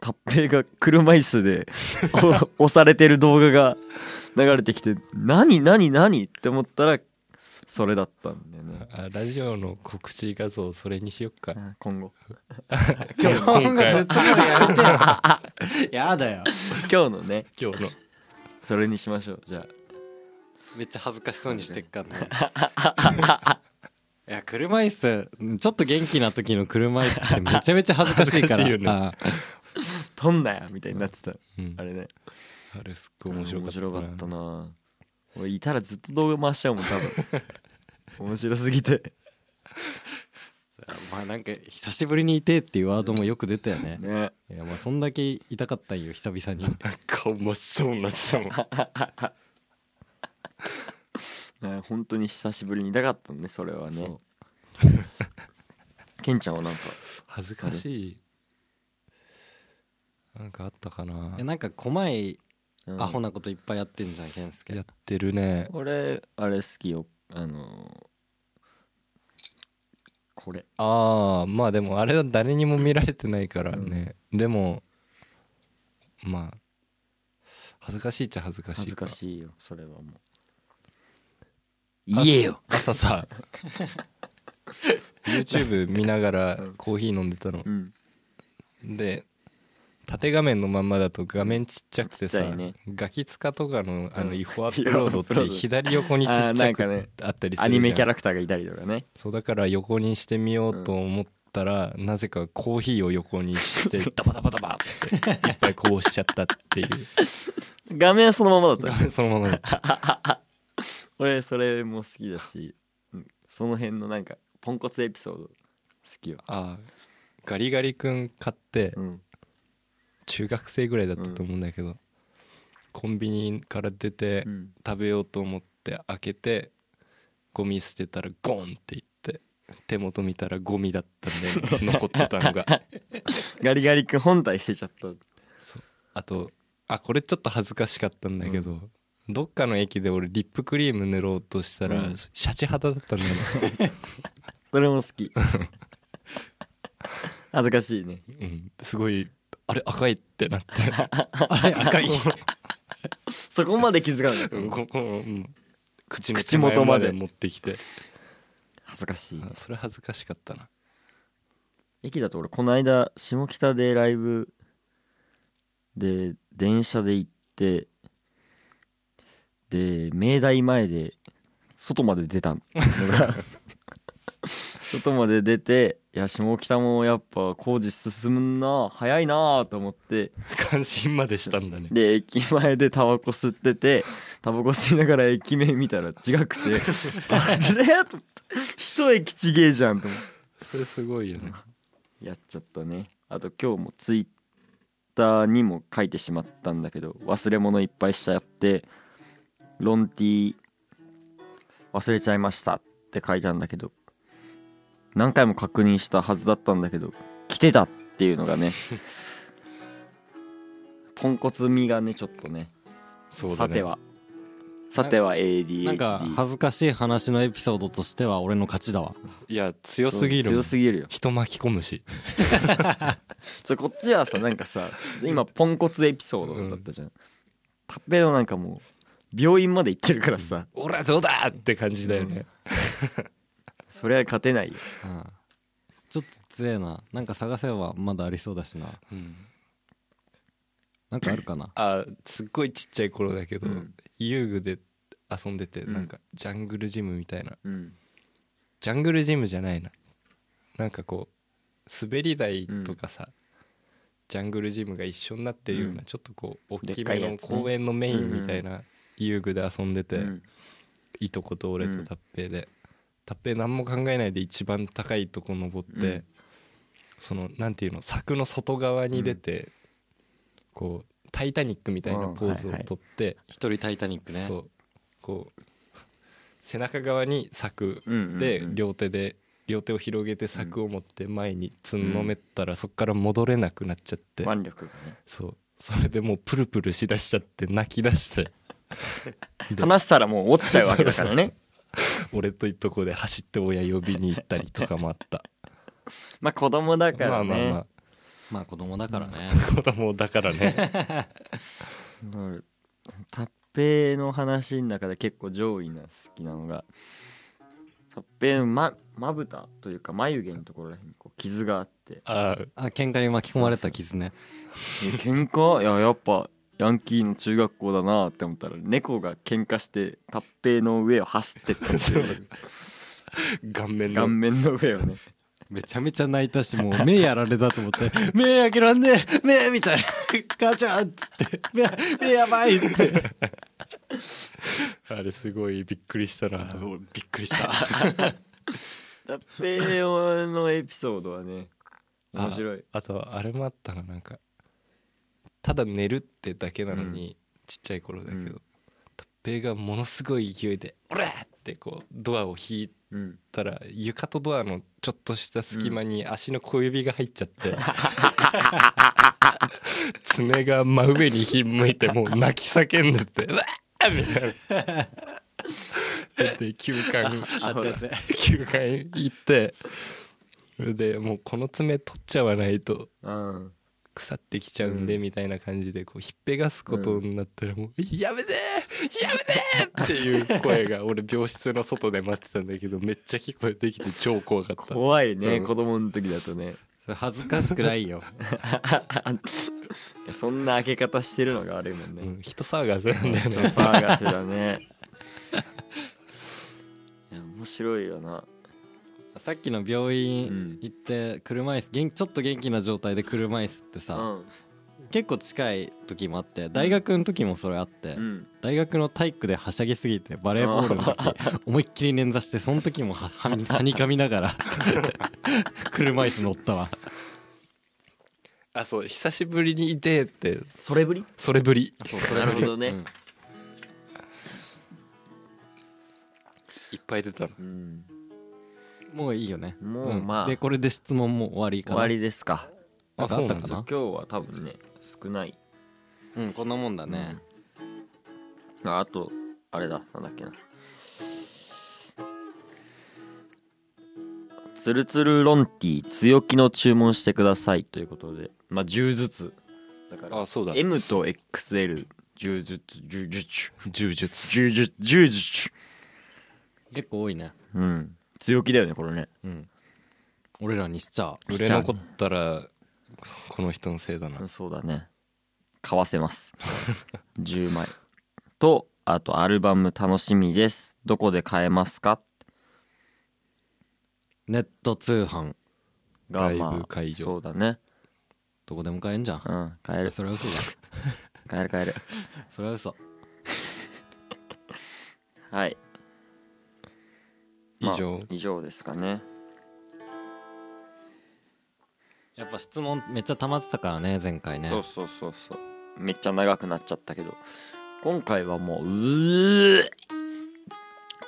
Speaker 1: 達平が車椅子で お押されてる動画が流れてきて何何何って思ったらそれだったんだよね
Speaker 2: あラジオの告知画像それにしよっか
Speaker 1: うん今後
Speaker 2: 今日今回は
Speaker 3: やだよ
Speaker 1: 今日のね
Speaker 2: 今日の
Speaker 1: それにしましょうじゃあ
Speaker 3: めっちゃ恥ずかしそうにしてっからね いや車椅子ちょっと元気な時の車椅子ってめちゃめちゃ恥ずかしいか
Speaker 2: 恥ずか
Speaker 3: ら
Speaker 2: しいよね
Speaker 3: ああ
Speaker 1: 「とんなよ」みたいになってた
Speaker 2: うん
Speaker 1: あれね
Speaker 2: あれすっごい面白かった
Speaker 1: 面白かったな俺いたらずっと動画回しちゃうもん多 分面白すぎて
Speaker 3: まあなんか久しぶりにいてっていうワードもよく出たよね
Speaker 1: ね
Speaker 3: いやまあそんだけ痛かったんよ久々に
Speaker 2: なんかうまそうになってたもん
Speaker 1: ね本当に久しぶりに痛かったねそれはね
Speaker 3: そう
Speaker 1: ケンちゃんはなんか
Speaker 2: 恥ずかしいなんかあったかな
Speaker 3: えなんか細い
Speaker 1: うん
Speaker 3: アホなこといっぱいやってんじゃん健介
Speaker 2: やってるね
Speaker 1: 俺あれ好きよあのこれ
Speaker 2: ああまあでもあれは誰にも見られてないからね、でもまあ恥ずかしいっちゃ恥ずかしい
Speaker 1: 恥ずか
Speaker 2: か
Speaker 1: しいよそれはもう
Speaker 2: あ
Speaker 1: 言えよ
Speaker 2: 朝さ YouTube 見ながらコーヒー飲んでたの
Speaker 1: う、ん
Speaker 2: で縦画面のまんまだと画面ちっちゃくてさ、
Speaker 1: ちっちゃいね
Speaker 2: ガキ使とかのあ
Speaker 1: う
Speaker 2: の
Speaker 1: ん
Speaker 2: 違法アップロードって左横にち
Speaker 1: あ
Speaker 2: っ
Speaker 1: ー
Speaker 2: ち
Speaker 1: な
Speaker 2: ゃ
Speaker 1: んかね
Speaker 2: くあったりす
Speaker 1: ア
Speaker 2: るじゃん
Speaker 1: ニメキャラクターがいたりとかね
Speaker 2: そうだから横にしてみようと思ったら、なぜかコーヒーを横にして ダバダバダバっていっぱいこぼしちゃったっていう
Speaker 1: 画面はそのままだった
Speaker 2: 画面そのままだった
Speaker 1: 俺それも好きだしうんその辺のなんかポンコツエピソード好きよ、
Speaker 2: あーガリガリ君買って
Speaker 1: うん、
Speaker 2: 中学生ぐらいだったと思うんだけど、コンビニから出て
Speaker 1: うん
Speaker 2: 食べようと思って開けてゴミ捨てたらゴンっていって手元見たらゴミだったんで残ってたのが
Speaker 1: ガリガリ君本体してちゃった
Speaker 2: あとあこれちょっと恥ずかしかったんだけど、どっかの駅で俺リップクリーム塗ろうとしたら、
Speaker 1: うん
Speaker 2: シャチ肌だったんだよ
Speaker 1: それも好 き恥ずかしいね
Speaker 2: ね、うん、すごいあれ赤いっ てなって
Speaker 3: あれ赤い
Speaker 1: そこまで気づかなかった、
Speaker 2: うんここうん口の
Speaker 1: 口元まで
Speaker 2: 手前持ってきて
Speaker 1: 恥ずかしいね
Speaker 2: あそれ恥ずかしかったな
Speaker 1: 駅だと俺この間下北でライブで電車で行ってで明大前で外まで出たの外まで出ていや下北もやっぱ工事進むな早いなと思って
Speaker 2: 関心までしたんだね
Speaker 1: で駅前でタバコ吸っててタバコ吸いながら駅名見たら違くてあれと思って一駅ちげえじゃんと思って。
Speaker 2: それすごいよね
Speaker 1: やっちゃったねあと今日もツイッターにも書いてしまったんだけど忘れ物いっぱいしちゃって「ロンティー忘れちゃいました」って書いたんだけど何回も確認したはずだったんだけど来てたっていうのがね ポンコツ味がねちょっとね
Speaker 2: そうだ
Speaker 1: さ
Speaker 2: ね
Speaker 1: てはさては ADHD
Speaker 3: なんか恥ずかしい話のエピソードとしては俺の勝ちだわ
Speaker 2: いや強すぎるも
Speaker 1: 強
Speaker 2: ん
Speaker 1: すぎるよ
Speaker 2: 人巻き込むし
Speaker 1: それこっちはさなんか さ今ポンコツエピソードだったじゃん、タッペロなんかもう病院まで行ってるからさ
Speaker 2: 「俺はどうだ!」って感じだよね、
Speaker 1: それは勝てないよ
Speaker 3: うんちょっと強えななんか探せばまだありそうだしな
Speaker 2: うん
Speaker 3: なんかあるかな
Speaker 2: あすっごいちっちゃい頃だけど、
Speaker 1: うん
Speaker 2: 遊具で遊んでて
Speaker 1: うん
Speaker 2: なんかジャングルジムみたいな
Speaker 1: うん
Speaker 2: ジャングルジムじゃないななんかこう滑り台とかさ、ジャングルジムが一緒になってるような、
Speaker 1: うん
Speaker 2: ちょっとこう大
Speaker 1: でっ
Speaker 2: き
Speaker 1: か
Speaker 2: め
Speaker 1: いや
Speaker 2: の
Speaker 1: つね
Speaker 2: 公園のメインみたいな遊具で遊んでて、
Speaker 1: うん
Speaker 2: いとこと俺と達平で達平何も考えないで一番高いとこ登って、
Speaker 1: うん
Speaker 2: そのなんていうの柵の外側に出て、こう「タイタニック」みたいなポーズをとって、
Speaker 3: 一人タイタニックね
Speaker 2: そうこう背中側に柵
Speaker 1: うんうんうん
Speaker 2: で両手で両手を広げて柵を持って前につんのめったらそっから戻れなくなっちゃって、
Speaker 1: 腕力がね
Speaker 2: そうそれでもうプルプルしだしちゃって泣き 出してで
Speaker 1: 話したらもう落ちちゃうわけだからね
Speaker 2: 俺といとこで走って親呼びに行ったりとかもあった
Speaker 1: まあ子供 だか
Speaker 2: ま
Speaker 1: ら
Speaker 2: あ
Speaker 1: ね、
Speaker 2: まあま
Speaker 3: まあ子供だからね
Speaker 2: あ子供だか らね
Speaker 1: うんタッペイの話の中で結構上位な好きなのがタッペイのままぶたというか眉毛のところらへんにこう傷があって
Speaker 2: あ
Speaker 3: あ喧嘩に巻き込まれた傷ね
Speaker 1: え喧嘩いややっぱヤンキーの中学校だなって思ったら猫が喧嘩してタッペイの上を走ってったんですよ
Speaker 2: 顔面の
Speaker 1: 顔面の上をね
Speaker 3: めちゃめちゃ泣いたしもう 目やられたと思って「目開けらんねえ目!」みたいな「母ちゃん!」っつって目「目やばい!」って
Speaker 2: あれすごいびっくりしたな
Speaker 3: びっく りした
Speaker 1: タッペイのエピソードはね面白い
Speaker 2: ああとあれもあったななんかただ寝るってだけなのに、ちっちゃい頃だけど、
Speaker 1: うん
Speaker 2: タッペイがものすごい勢いで「オラ!」ってこうドアを引い
Speaker 1: うん
Speaker 2: たら床とドアのちょっとした隙間に足の小指が入っちゃって、 爪が真上にひんむいてもう泣き叫んでて「うわーみたいな。で休館
Speaker 1: あほら
Speaker 2: 休館行ってでもうこの爪取っちゃわないと
Speaker 1: うん
Speaker 2: 腐ってきちゃうんでみたいな感じでこうひっぺがすことになったらもう「やめてーやめてー!」っていう声 が俺病室の外で待ってたんだけどめっちゃ聞こえてきて超怖かった
Speaker 1: 怖いね、
Speaker 2: うん
Speaker 1: 子供の時だとね
Speaker 3: 恥ずかしくないよ
Speaker 1: いやそんな開け方してるのが悪いもんね、
Speaker 2: うん人騒がせなんだよ
Speaker 1: ちょ
Speaker 2: ね
Speaker 1: っと騒がせだね いや面白いよな
Speaker 3: さっきの病
Speaker 1: うん
Speaker 3: 院行って車椅子元気ちょっと元気な状態で車椅子って
Speaker 1: う
Speaker 3: さ
Speaker 1: ん
Speaker 3: 結構近い時もあって大学の時もそれあって
Speaker 1: うん
Speaker 3: 大学の体育ではしゃぎすぎてバレーボールの時思いっきり捻挫してその時もはは みはにかみながら車椅子乗ったわ
Speaker 2: あそう久しぶりにいてーって
Speaker 1: それぶり
Speaker 2: それぶり
Speaker 1: そうそれぶりなるほど
Speaker 3: う
Speaker 1: ね
Speaker 3: ん
Speaker 2: いっぱい出たの
Speaker 1: うん、
Speaker 3: もういいよね
Speaker 1: もうまあ
Speaker 3: んでこれで質問も終わりか
Speaker 1: 終
Speaker 3: な
Speaker 1: わりですか
Speaker 3: なんかあったか
Speaker 2: そ
Speaker 1: 今
Speaker 3: な
Speaker 1: 日は多分ね少ない
Speaker 3: うんこんなもんだね、
Speaker 1: ああとあれだなんだっけなつるつるロンティー強気の注文してくださいということでまあ10ずつだから
Speaker 2: あそうだ
Speaker 1: M と XL10 ずつ10ずつ
Speaker 2: 柔
Speaker 1: 10
Speaker 2: 術
Speaker 1: ずつ10ずつ
Speaker 3: 結構多いね
Speaker 1: うん強気だよねこれね
Speaker 3: うん俺らにしちゃ
Speaker 2: 売れ残ったらこの人のせいだな
Speaker 1: そうだね買わせます 10枚とあとアルバム楽しみですどこで買えますか
Speaker 3: ネット通販
Speaker 1: が
Speaker 2: ライブ
Speaker 1: まあ
Speaker 2: 会場
Speaker 1: そうだね
Speaker 3: どこでも買えんじゃん
Speaker 1: うん買える
Speaker 3: それは嘘だ
Speaker 1: 買える買える
Speaker 3: それは嘘
Speaker 1: はい
Speaker 2: 以
Speaker 1: まあ
Speaker 2: 上
Speaker 1: 以上ですかね
Speaker 3: やっぱ質問めっちゃ溜まってたからね前回ね
Speaker 1: そうそうそうそうめっちゃ長くなっちゃったけど今回はもううー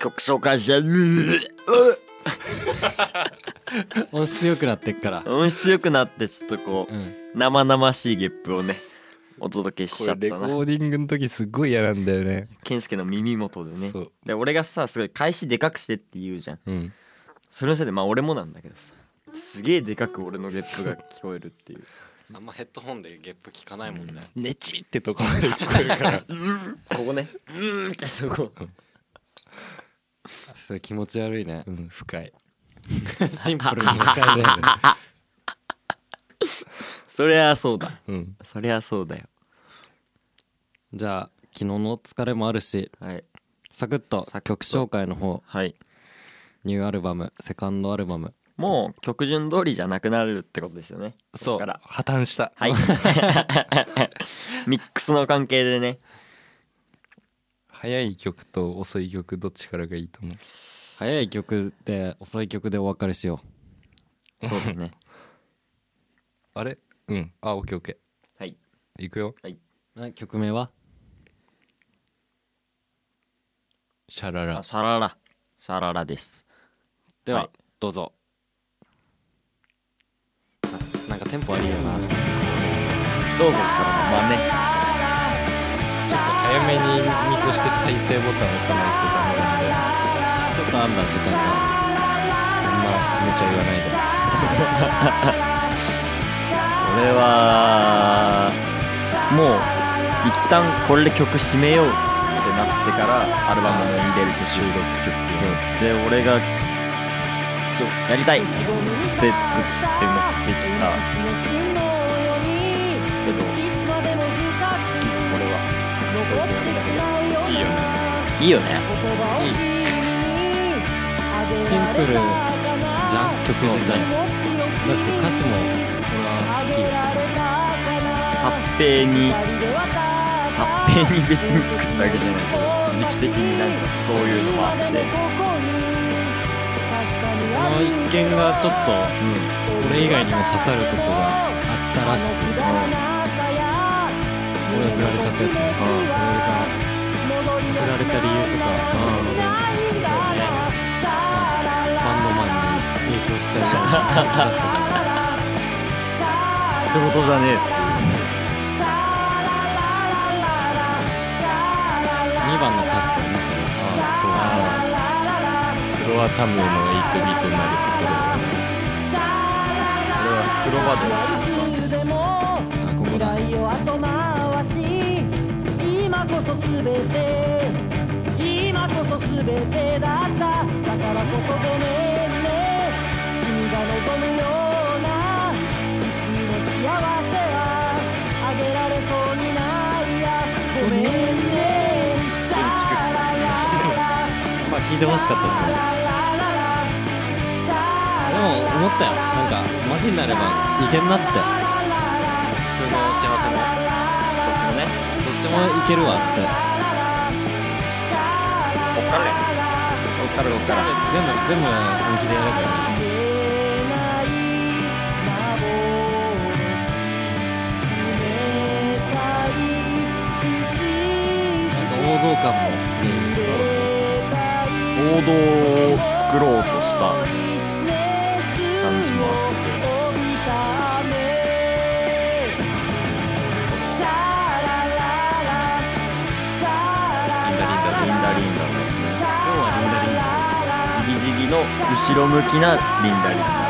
Speaker 1: 曲紹介してうー
Speaker 3: 音質良くなってっから
Speaker 1: 音質良くなってちょっとこ
Speaker 3: うん
Speaker 1: う生々しいゲップをねお届けし
Speaker 2: こ
Speaker 1: ちゃ
Speaker 2: れ
Speaker 1: っ
Speaker 2: レ
Speaker 1: た
Speaker 2: コ
Speaker 1: な
Speaker 2: ーディングの時すごい嫌なんだよね
Speaker 1: 健介の耳元でね
Speaker 2: そう
Speaker 1: で俺がさすごい返しでかくしてって言うじゃん
Speaker 2: うん
Speaker 1: それのせいでまあ俺もなんだけどさすげえでかく俺のゲップが聞こえるっていう
Speaker 3: あんまヘッドホンでゲップ聞かないもんね、
Speaker 2: ねちってとこまで聞こえるから
Speaker 1: ここねうーんってそこ
Speaker 3: それ気持ち悪いね
Speaker 2: うん深い
Speaker 3: シンプルに
Speaker 2: 深いね
Speaker 1: そりゃそうだ
Speaker 2: うん
Speaker 1: そりゃそうだよ
Speaker 3: じゃあ昨日の疲れもあるし
Speaker 1: はい
Speaker 3: サクッと
Speaker 1: サクッ
Speaker 3: 曲
Speaker 1: と
Speaker 3: 紹介の方
Speaker 1: はい
Speaker 3: ニューアルバムセカンドアルバム
Speaker 1: もう曲順通りじゃなくなるってことですよね
Speaker 2: そ
Speaker 1: こっか
Speaker 2: う
Speaker 1: ら
Speaker 2: 破綻した
Speaker 1: はいミックスの関係でね
Speaker 2: 早い曲と遅い曲どっちからがいいと思う
Speaker 3: 早い曲で遅い曲でお別れしよ
Speaker 1: そうだね
Speaker 2: あれうんあオッケーオッケ
Speaker 1: はい
Speaker 2: ーいくよ
Speaker 3: うはい曲名は
Speaker 2: シャララ
Speaker 1: あシャララシャララです
Speaker 3: では、
Speaker 1: はい
Speaker 3: どうぞななんかテンポ悪いよな
Speaker 1: どうぞまあね
Speaker 2: 早めに見越して再生ボタン押さないとダメなんで
Speaker 3: ちょっとあんだ時間が
Speaker 2: あんま無茶言わないで
Speaker 1: 俺はもう一旦これで曲締めようってなってからアルバムに入れると
Speaker 2: 収録曲
Speaker 1: で俺がそうやりたいって作って持ってきたけどこれはいいよねいいよね
Speaker 4: シンプル
Speaker 3: じ
Speaker 4: じ
Speaker 3: ゃ
Speaker 4: ゃ
Speaker 3: ん
Speaker 4: ん
Speaker 3: 曲
Speaker 1: そう
Speaker 3: 自体だ
Speaker 4: だ
Speaker 3: し
Speaker 4: し
Speaker 3: 歌
Speaker 4: 歌
Speaker 3: 詞
Speaker 4: 詞
Speaker 3: も
Speaker 4: も
Speaker 3: 俺は好き
Speaker 1: 発平に
Speaker 4: ハ
Speaker 1: 発
Speaker 4: ッピー
Speaker 1: 平に別に作ったわけじゃないけど時期的になんかそういうのもあって
Speaker 3: この一件がちょっと
Speaker 1: うん
Speaker 3: 俺以外にも刺さるとこがあったらしくて
Speaker 4: 俺
Speaker 3: 俺は振られちゃったやつね
Speaker 4: うん
Speaker 3: 俺が振られた理由とかバンドマンに影響しちゃうような感じだったから
Speaker 1: 人事じゃねえ
Speaker 3: 2番の歌詞だねそれあ
Speaker 2: フロアタムの8ビートになるところ
Speaker 1: 俺は風呂場で
Speaker 3: そうあここだ
Speaker 4: 未来を後回し今こそ全て今こそ全てだっただからこそごめんね君が望むようないつも幸せはあげられそうにないやごめんねシャララララ
Speaker 3: まあ聞いてほしかったしねでも思ったよなんかマジになればいけんなって普通の幸せもどっちもねどっちもいけるわって
Speaker 1: こっからだよこっからこっから
Speaker 3: 全部全部本気でやればいい
Speaker 4: 消えない幻
Speaker 3: なんか
Speaker 4: 冷たい口
Speaker 3: 王道感もすげえいい
Speaker 1: 王道を作ろうとした感じもあってリンダリンダのジギジギの後ろ向きなリンダリンダ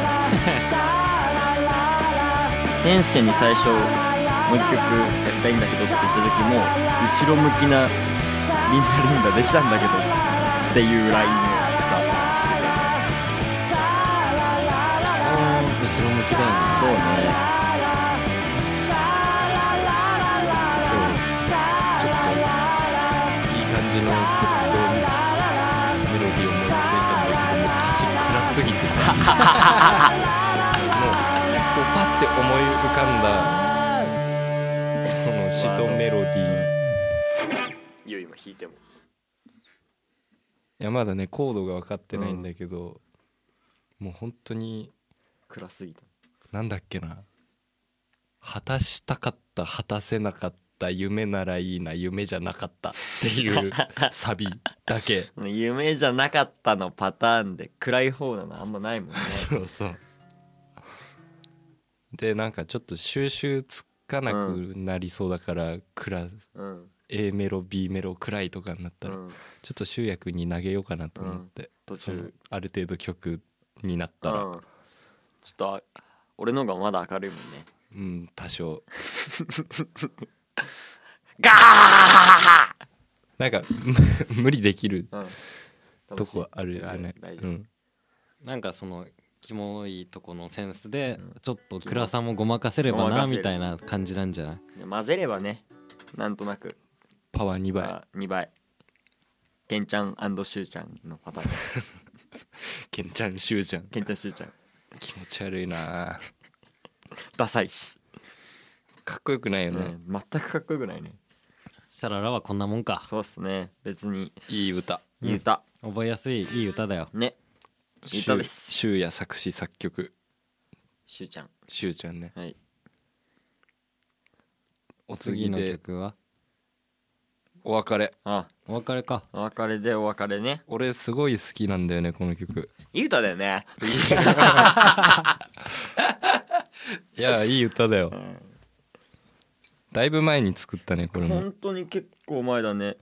Speaker 1: 健介に最初もう一曲やりたいんだけどって言った時も後ろ向きなリンダリンダできたんだけどっていうラインをさ
Speaker 3: 後ろ向きだよね
Speaker 1: そうね
Speaker 2: ちょっといい感じの曲とメロディーを思いついたんだけどもう歌詞暗すぎてさもうこうパッて思い浮かんだその詩とメロディー
Speaker 1: いいよ今弾いても
Speaker 2: いやまだねコードが分かってないんだけど、もう本当に
Speaker 1: 暗すぎた
Speaker 2: なんだっけな果たしたかった果たせなかった夢ならいいな夢じゃなかったっ ていうサビだけ
Speaker 1: 夢じゃなかったのパターンで暗い方なのあんまない もんね
Speaker 2: そうそうでなんかちょっと収集つかなくなりそうだから、暗
Speaker 1: うん、
Speaker 2: A メロ B メロ暗いとかになっ
Speaker 1: う
Speaker 2: たら、
Speaker 1: ん、
Speaker 2: ちょっと集約に投げようかなと思って、
Speaker 1: 途
Speaker 2: その
Speaker 1: 中
Speaker 2: ある程度曲になったら、う
Speaker 1: うん、ちょっとあ俺の方がまだ明るいもんね
Speaker 2: ん多少
Speaker 1: ガー
Speaker 2: なんか 無理できる
Speaker 1: うん
Speaker 2: とこあるよ
Speaker 1: 楽しい
Speaker 2: ね
Speaker 1: 大
Speaker 2: う
Speaker 1: 丈夫
Speaker 2: ん、
Speaker 3: なんかそのキモいとこのセンスで
Speaker 1: うん
Speaker 3: ちょっと暗さもごまかせれば
Speaker 1: ごま
Speaker 3: な
Speaker 1: かせる
Speaker 3: みたいな感じなんじゃない
Speaker 1: で混ぜればねなんとなく
Speaker 2: パワー2倍
Speaker 1: あ2倍ケンちゃんシューちゃんのパタ ーン
Speaker 2: ケンちゃんしゅうちゃん
Speaker 1: ケンちゃんシューちゃん
Speaker 2: 気持ち悪いな
Speaker 1: ダサいし、
Speaker 2: かっこよくないよ
Speaker 1: ね
Speaker 2: ね、
Speaker 1: 全くかっこよくないね
Speaker 3: シャララはこんなもんか
Speaker 1: そうっすね別に
Speaker 2: いい歌
Speaker 1: いい歌、
Speaker 3: 覚えやすいいい歌だよ
Speaker 1: ねいい歌です
Speaker 2: しゅうや作詞作曲
Speaker 1: しゅうちゃん
Speaker 2: しゅうちゃんね
Speaker 1: はい
Speaker 2: お次
Speaker 3: 次の
Speaker 2: で
Speaker 3: 曲は
Speaker 2: お別れ
Speaker 1: あ
Speaker 3: お別れか
Speaker 1: お別れでお別れね
Speaker 2: 俺すごい好きなんだよねこの曲
Speaker 1: いい歌だよね
Speaker 2: いやいい歌だよだいぶ前に作ったねこれも
Speaker 1: 本当に結構前だね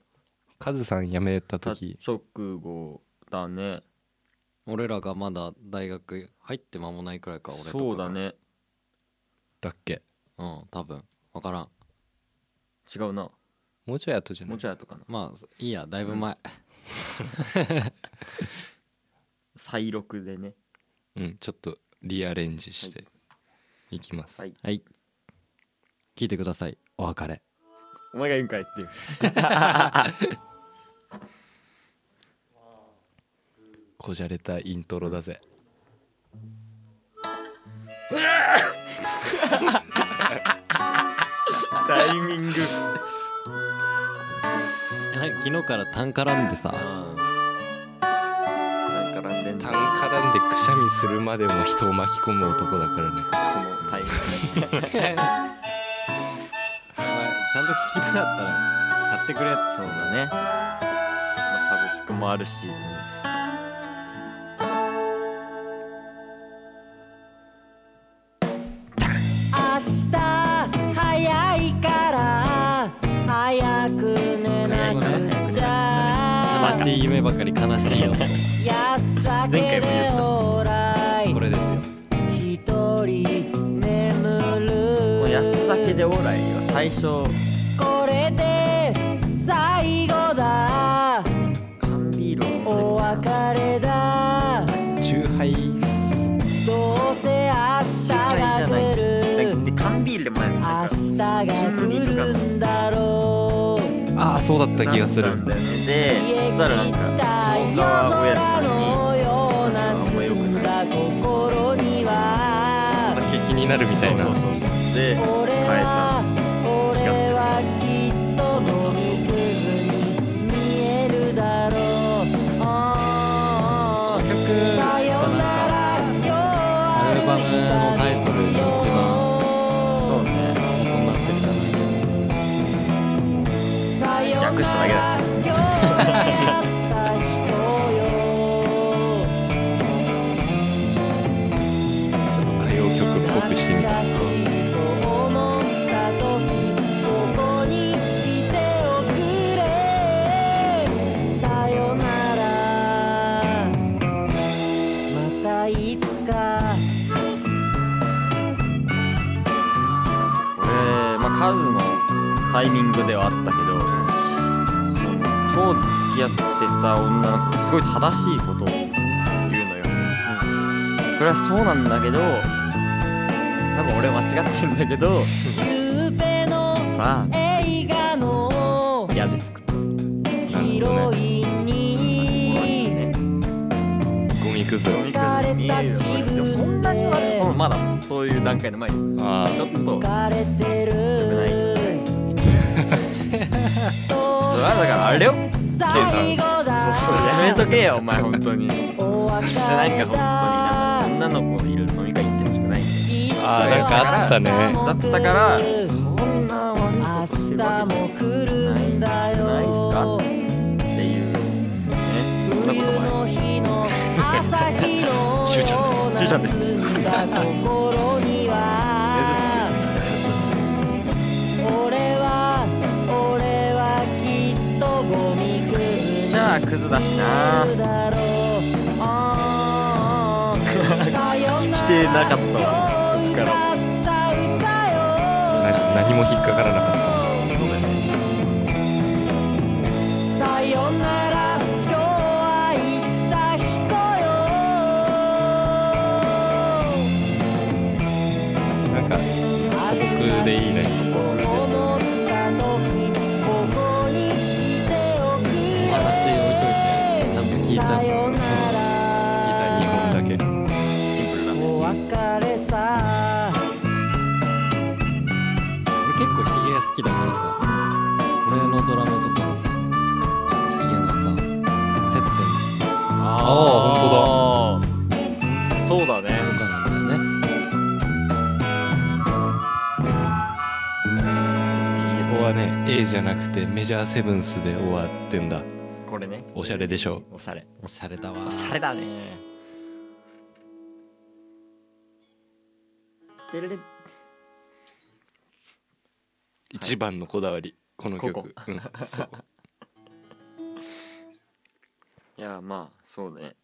Speaker 2: カズさん辞めた
Speaker 1: た
Speaker 2: 時
Speaker 1: 直後だね
Speaker 3: 俺らがまだ大学入って間もないくらいか俺とか
Speaker 1: そうだね
Speaker 2: だっけ
Speaker 3: うん多分分からん
Speaker 1: 違うな
Speaker 2: もうちょい後じゃな
Speaker 1: も
Speaker 2: いう
Speaker 1: ちょいとかな
Speaker 3: まあいいやだいぶ前、
Speaker 1: 再録でね
Speaker 2: うんちょっとリアレンジしていきます、
Speaker 1: はい
Speaker 3: はい聞いてくださいお別れ
Speaker 1: お前が言うんかいって いう
Speaker 2: こじゃれたイントロだぜ
Speaker 1: タイミング
Speaker 3: なんか昨日からタン絡んでさ
Speaker 1: なんか絡んでん
Speaker 2: タ
Speaker 1: だ
Speaker 2: ン絡んでくしゃみするまでも人を巻き込む男だからね
Speaker 1: このタイミングね
Speaker 3: お前ちゃんと聞きたかったら買ってくれ
Speaker 1: そうだね、まあ、サブスクもあるし
Speaker 4: 明日早いから早く寝なくちゃ
Speaker 3: 悲しい夢ばかり悲しい よ
Speaker 4: 安だけでほらい
Speaker 3: これですよ
Speaker 4: 一人眠
Speaker 1: もう安
Speaker 4: る
Speaker 1: だけでオーライは最初
Speaker 4: これで最後だ
Speaker 1: 缶ビール
Speaker 4: お
Speaker 1: を飲んで
Speaker 4: 別れだ
Speaker 2: チューハイ
Speaker 4: どうせ明日
Speaker 1: る
Speaker 4: が来
Speaker 1: だ
Speaker 4: る
Speaker 1: って缶ビールでもやる
Speaker 4: 明日が来るんだろう
Speaker 2: ああそうだった気がす
Speaker 1: なったん
Speaker 2: る
Speaker 1: だよねでそ
Speaker 4: 家に
Speaker 1: したらなん
Speaker 4: 来
Speaker 1: か
Speaker 4: た
Speaker 1: 下
Speaker 4: 夜
Speaker 1: 川親
Speaker 4: 空
Speaker 1: 父さんに
Speaker 4: のような澄んだ心に
Speaker 2: だ
Speaker 4: は
Speaker 2: け気になるみたいな
Speaker 1: そうそうそうそうで
Speaker 4: 俺
Speaker 1: 変えた
Speaker 4: は俺はきっと飲みくずに見えるだろうあ
Speaker 3: 曲
Speaker 4: ーさよ
Speaker 3: が
Speaker 4: な
Speaker 3: なんから
Speaker 4: 今日は
Speaker 3: アルバムのタイトルが一番
Speaker 1: そうね
Speaker 3: 元になってるじゃない
Speaker 4: さよなら
Speaker 1: 訳しただけだ
Speaker 4: 今日 は会った人
Speaker 2: ちょっと歌
Speaker 4: よ
Speaker 2: 謡曲っぽくしてみた
Speaker 4: 懐かしいと思った時そこにいておくれさよならまたいつか
Speaker 1: 俺まあカズのタイミングではあったけどその当時付き合ってた女の子がすごい正しいことを言うのよ、それはそうなんだけど多分俺間違ってんだけど
Speaker 4: ゆうべの
Speaker 1: さあ
Speaker 4: 映画の
Speaker 1: 嫌ですくと
Speaker 4: ヒロインに
Speaker 1: ね
Speaker 2: ゴミくず
Speaker 1: 飲み崩れ見えるよそれでもそんなに悪いそのまだそういう段階の前に
Speaker 2: あ
Speaker 1: ちょ
Speaker 2: あ
Speaker 1: っと
Speaker 4: 浮かれてる
Speaker 1: それはだからあれよ
Speaker 4: 最後だ
Speaker 1: そうやめとけよお前本当 になんか
Speaker 4: お別れ
Speaker 1: 本
Speaker 4: だ
Speaker 1: 当になんか女の子いる飲み会行ってほしくないんで
Speaker 2: あーなんかあったね
Speaker 1: だったからそんな悪いことして
Speaker 4: 明
Speaker 1: るわ
Speaker 4: 日
Speaker 1: け
Speaker 4: も来るんだ
Speaker 1: っ
Speaker 4: よ
Speaker 1: ていうねそんなこと
Speaker 4: 冬
Speaker 1: もある
Speaker 4: の日の朝日のような
Speaker 2: シュウちゃんです
Speaker 1: シュウちゃんです
Speaker 4: 澄んだ心には俺は俺はきっとゴミくず
Speaker 1: じゃあクズだしな
Speaker 4: だろうあーさよなら
Speaker 1: 否定なかったわ
Speaker 4: 今日
Speaker 1: だから
Speaker 4: 歌った歌よ
Speaker 2: な何も引っかからなかっ
Speaker 4: さよなら今日愛した人
Speaker 2: たなんか素朴
Speaker 4: よ
Speaker 2: でいいね
Speaker 4: 思った時ここにいておくれ
Speaker 3: 話置いといてちゃんと聞いちゃ
Speaker 4: さよ
Speaker 3: う
Speaker 4: なら
Speaker 2: ギター2本だけ
Speaker 1: シンプルだね
Speaker 4: お別れさ
Speaker 3: 俺結構ヒゲが好きだからさこれの動
Speaker 2: あ
Speaker 1: あ本当だそうだね
Speaker 3: なんだよね
Speaker 2: ここはね A じゃなくてメジャーセブンスで終わってんだ
Speaker 1: これね
Speaker 2: おしゃれでしょ
Speaker 1: おしゃれ
Speaker 3: おしゃれだわ
Speaker 1: おしゃれだねてれれ
Speaker 2: 一番のこだわりこの曲
Speaker 1: ここ
Speaker 2: うん、そう
Speaker 1: いやまあそうね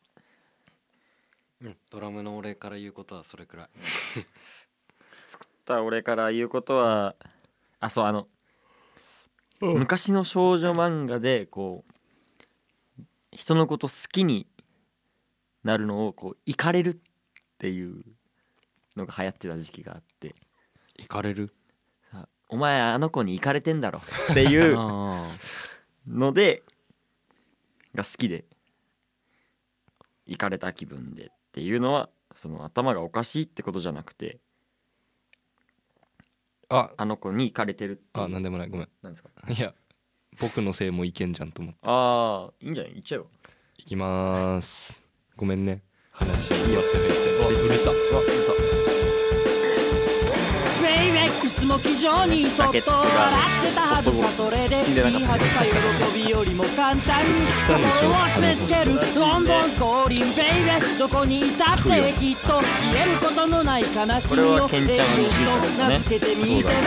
Speaker 3: うんドラムの俺から言うことはそれくらい
Speaker 1: ただ俺から言うことはあそうあの昔の少女漫画でこう人のこと好きになるのをこう「いかれる」っていうのが流行ってた時期があって
Speaker 3: 行かれる
Speaker 1: さ「お前あの子にいかれてんだろ」って いう
Speaker 3: あ
Speaker 1: のでが好きで行かれた気分でっていうのはその頭がおかしいってことじゃなくて
Speaker 2: あ
Speaker 1: あの子に行かれてるってい
Speaker 2: あ
Speaker 1: う
Speaker 2: なんでもないごめん
Speaker 1: なんですか
Speaker 2: いや僕のせいもいけんじゃんと思って
Speaker 1: ああいいんじゃない行っちゃえば
Speaker 2: いきまーすごめんね話いいよってうるさ
Speaker 1: うわうるさ
Speaker 4: フェイレックスも気丈にそっと笑ってたはずさそれでいいはずさ喜びよりも簡単に心を締め付けるどんどん降臨ベイベーどこにいたってきっと消えることのない悲しみ
Speaker 1: こ
Speaker 4: を
Speaker 1: れはケンちゃんの自由だ
Speaker 4: と
Speaker 1: ね
Speaker 4: 名付けてみてもいいだろう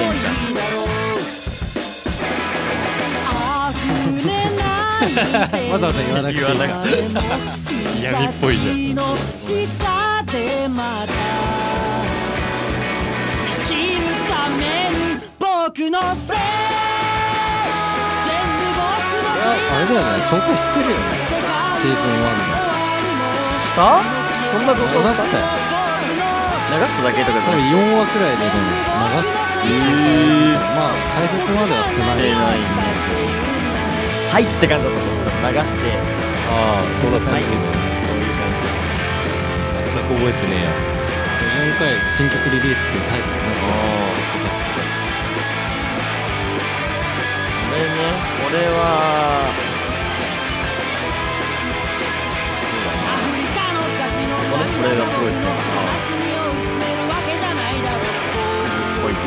Speaker 4: あふれない
Speaker 3: わざわざ言わなくていいから
Speaker 2: 闇っぽいじゃん
Speaker 4: 日差しの下でまた生きるために僕のせい
Speaker 1: し
Speaker 3: れだよね紹介してるよねシーズン1
Speaker 4: 全部僕のせい世界の
Speaker 1: たそんなこと
Speaker 3: で流したよ
Speaker 1: 流しただけとかじゃ
Speaker 3: 多分
Speaker 1: な
Speaker 3: 4話くらいででも流す
Speaker 1: い
Speaker 3: まあ解説まではしてない
Speaker 1: してないはいって感じだった流して
Speaker 2: ああそうだった
Speaker 1: は
Speaker 2: ね
Speaker 1: い
Speaker 2: 全く
Speaker 1: そういう感じ
Speaker 2: 覚えてねえや
Speaker 3: 4回新曲リリースっていうタイトルなんか
Speaker 1: これねこれは
Speaker 4: このプレイがすごいですね
Speaker 1: こういう感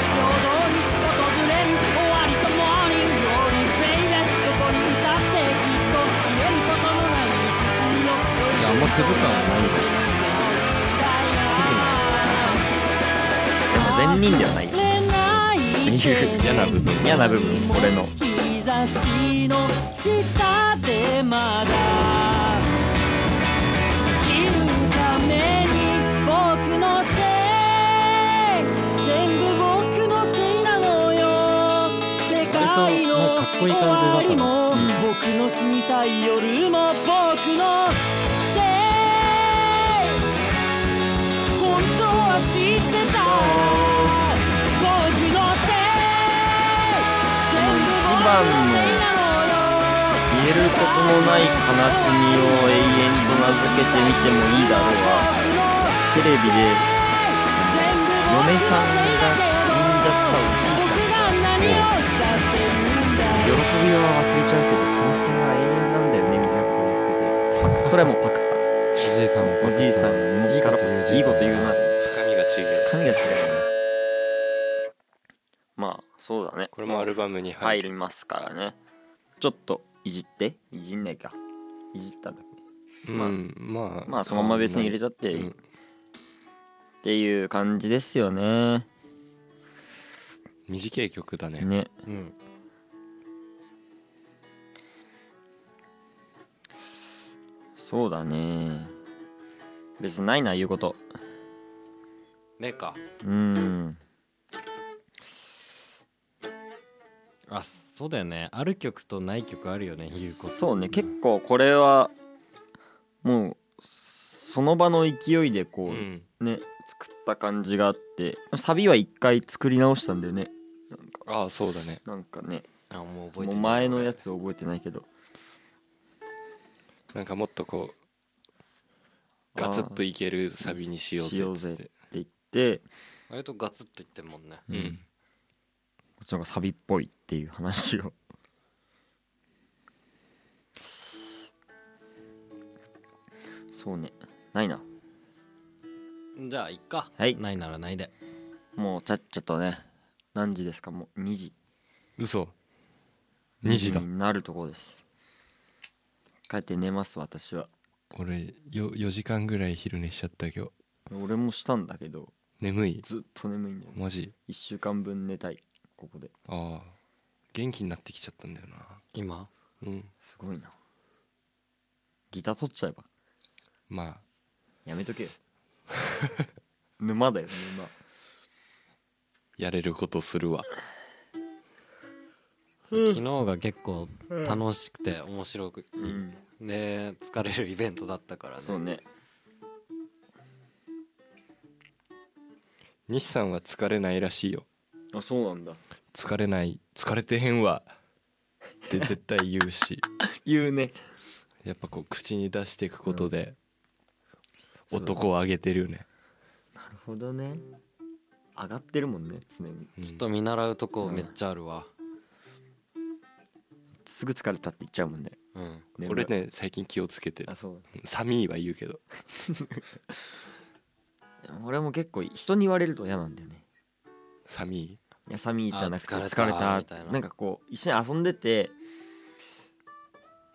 Speaker 3: やあんまクズ感はないんじ
Speaker 1: じでも善人
Speaker 3: ゃない
Speaker 1: ではない
Speaker 4: 嫌な部分
Speaker 1: 嫌な部分俺の
Speaker 4: 日差しの下でまだ生きるために僕のせい全部僕のせいなのよ世
Speaker 3: 割
Speaker 4: 界の
Speaker 3: となんかかっこいい感じだから
Speaker 4: 終わりも
Speaker 1: うん
Speaker 4: 僕の死にたい夜も僕のせい本当は知ってた僕のせい全部僕のせいなのよ
Speaker 1: 言えることのない悲しみを永遠と名付けてみてもいいだろうがテレビで
Speaker 4: 嫁さんが死んじゃったの
Speaker 1: 喜びは忘れちゃうけど悲しみは永遠なんだよねみたいなことを言っててそれはもうパクった
Speaker 3: おじいさん
Speaker 1: おじいさんも
Speaker 3: いいこと言うおじ
Speaker 1: い
Speaker 3: い
Speaker 1: い
Speaker 3: さん
Speaker 1: こと言うな
Speaker 2: 深みが違う
Speaker 1: 髪が違うねまあそうだね
Speaker 2: これもアルバムに入
Speaker 1: 入
Speaker 2: る
Speaker 1: りますからねちょっといじっていじんないかいじったんだっ
Speaker 2: うんまあ
Speaker 1: けまあそのまま別に入れたって、
Speaker 2: うん
Speaker 1: っていう感じですよね
Speaker 2: 短い曲だね
Speaker 1: ね
Speaker 3: うん
Speaker 1: そうだね別にないな言うこと
Speaker 3: ねえか
Speaker 1: うん
Speaker 3: あそうだよねある曲とない曲あるよね言うこと
Speaker 1: そうね結構これはもうその場の勢いでこう、
Speaker 2: うん
Speaker 1: ね作った感じがあってサビは一回作り直したんだよね
Speaker 2: ああそうだね
Speaker 1: なんかね
Speaker 3: あもう
Speaker 1: も
Speaker 3: 覚えて
Speaker 1: う
Speaker 3: ない
Speaker 1: 前のやつ覚えてないけど
Speaker 2: なんかもっとこうガツッといけるサビにしようぜっつって
Speaker 1: って言って
Speaker 3: 割とガツッと言ってるもんね
Speaker 1: う
Speaker 2: うんん
Speaker 1: こっちの方がサビっぽいっていう話をそうねないな
Speaker 3: じゃあいっか
Speaker 1: はい
Speaker 3: ないならないで
Speaker 1: もうちゃっちゃとね何時ですかもう2時
Speaker 2: 嘘2時だ
Speaker 1: になるところです帰って寝ます私は
Speaker 2: 俺よ4時間ぐらい昼寝しちゃった今日
Speaker 1: 俺もしたんだけど
Speaker 2: 眠い
Speaker 1: ずっと眠いんだよね
Speaker 2: マジ
Speaker 1: 1週間分寝たいここで
Speaker 2: ああ元気になってきちゃったんだよな
Speaker 3: 今
Speaker 2: うん
Speaker 1: すごいなギター取っちゃえば
Speaker 2: ま
Speaker 1: やめとけよ 沼だよ沼
Speaker 2: あやれることするわ
Speaker 3: 昨日が結構楽しくて面白く
Speaker 1: うん
Speaker 3: で疲れるイベントだったから
Speaker 1: そう
Speaker 3: ね
Speaker 1: ね
Speaker 2: 西さんは疲れないらしいよ
Speaker 1: あそうなんだ
Speaker 2: 疲れない疲れてへんわって絶対言うし
Speaker 1: 言うね
Speaker 2: やっぱこう口に出していくことで
Speaker 1: うん
Speaker 2: 男を上げてるよね、
Speaker 1: なるほどね上がってるもんね常に
Speaker 2: うん
Speaker 3: ちょっと見習うとこめっちゃあるわ
Speaker 1: すぐ疲れたって言っちゃうもんね
Speaker 3: うん
Speaker 1: 眠い
Speaker 2: 俺ね最近気をつけてる
Speaker 1: あそう
Speaker 2: 寒いは言うけど
Speaker 1: だ俺も結構人に言われると嫌なんだよね
Speaker 2: 寒 い
Speaker 1: いや寒いじゃなくて
Speaker 3: あ疲
Speaker 1: 疲
Speaker 3: れ
Speaker 1: れ
Speaker 3: た
Speaker 1: た
Speaker 3: みたいな
Speaker 1: なんかこう一緒に遊んでて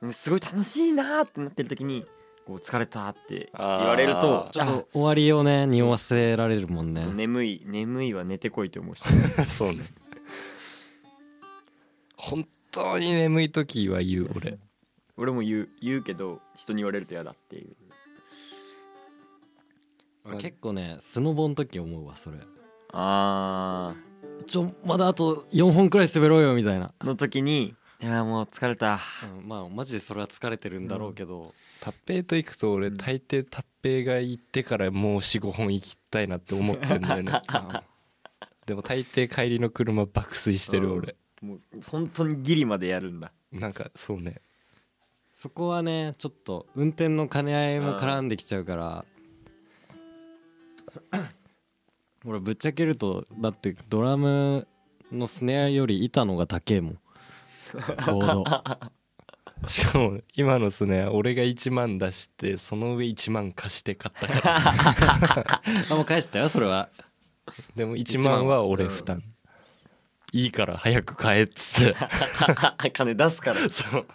Speaker 1: うんすごい楽しいなーってなってる時にこう疲れたって言われる
Speaker 2: あ
Speaker 1: と
Speaker 2: ー
Speaker 1: ちょ
Speaker 3: ちょ
Speaker 1: っ
Speaker 3: っ
Speaker 1: と
Speaker 3: と終わりをね匂わせられるもん
Speaker 1: あ
Speaker 3: ね
Speaker 1: 眠い眠いは寝てこいって思うし
Speaker 2: そうね 本当に眠い時は言う俺
Speaker 1: 俺も言う言うけど人に言われると嫌だっていう
Speaker 3: 俺結構ねスノボの時思うわそれ
Speaker 1: あ
Speaker 3: ちょまだあと4本くらい滑ろうよみたいな、
Speaker 1: ーの時にいやーもう疲れた
Speaker 3: うん、まあマジでそれは疲れてるんだろうけど、
Speaker 2: タッペイと行くと俺
Speaker 1: ん
Speaker 2: 大抵タッペイが行ってからもう45本行きたいなって思ってんだ よね
Speaker 3: あ
Speaker 2: でも大抵帰りの車爆睡してる俺
Speaker 1: もう本当にギリまでやるん だ
Speaker 2: なんかそうね
Speaker 3: そこはねちょっと運転の兼ね合いも絡んできちゃう から俺ぶっちゃけるとだってドラムのスネアより板のが高えもんボ ード
Speaker 2: しかも今のすね俺が1万出してその上1万貸して買ったから
Speaker 3: あもう返したよそれは
Speaker 2: でも1万は俺負担いいから早く買えっ つって
Speaker 1: 金出すから
Speaker 2: そう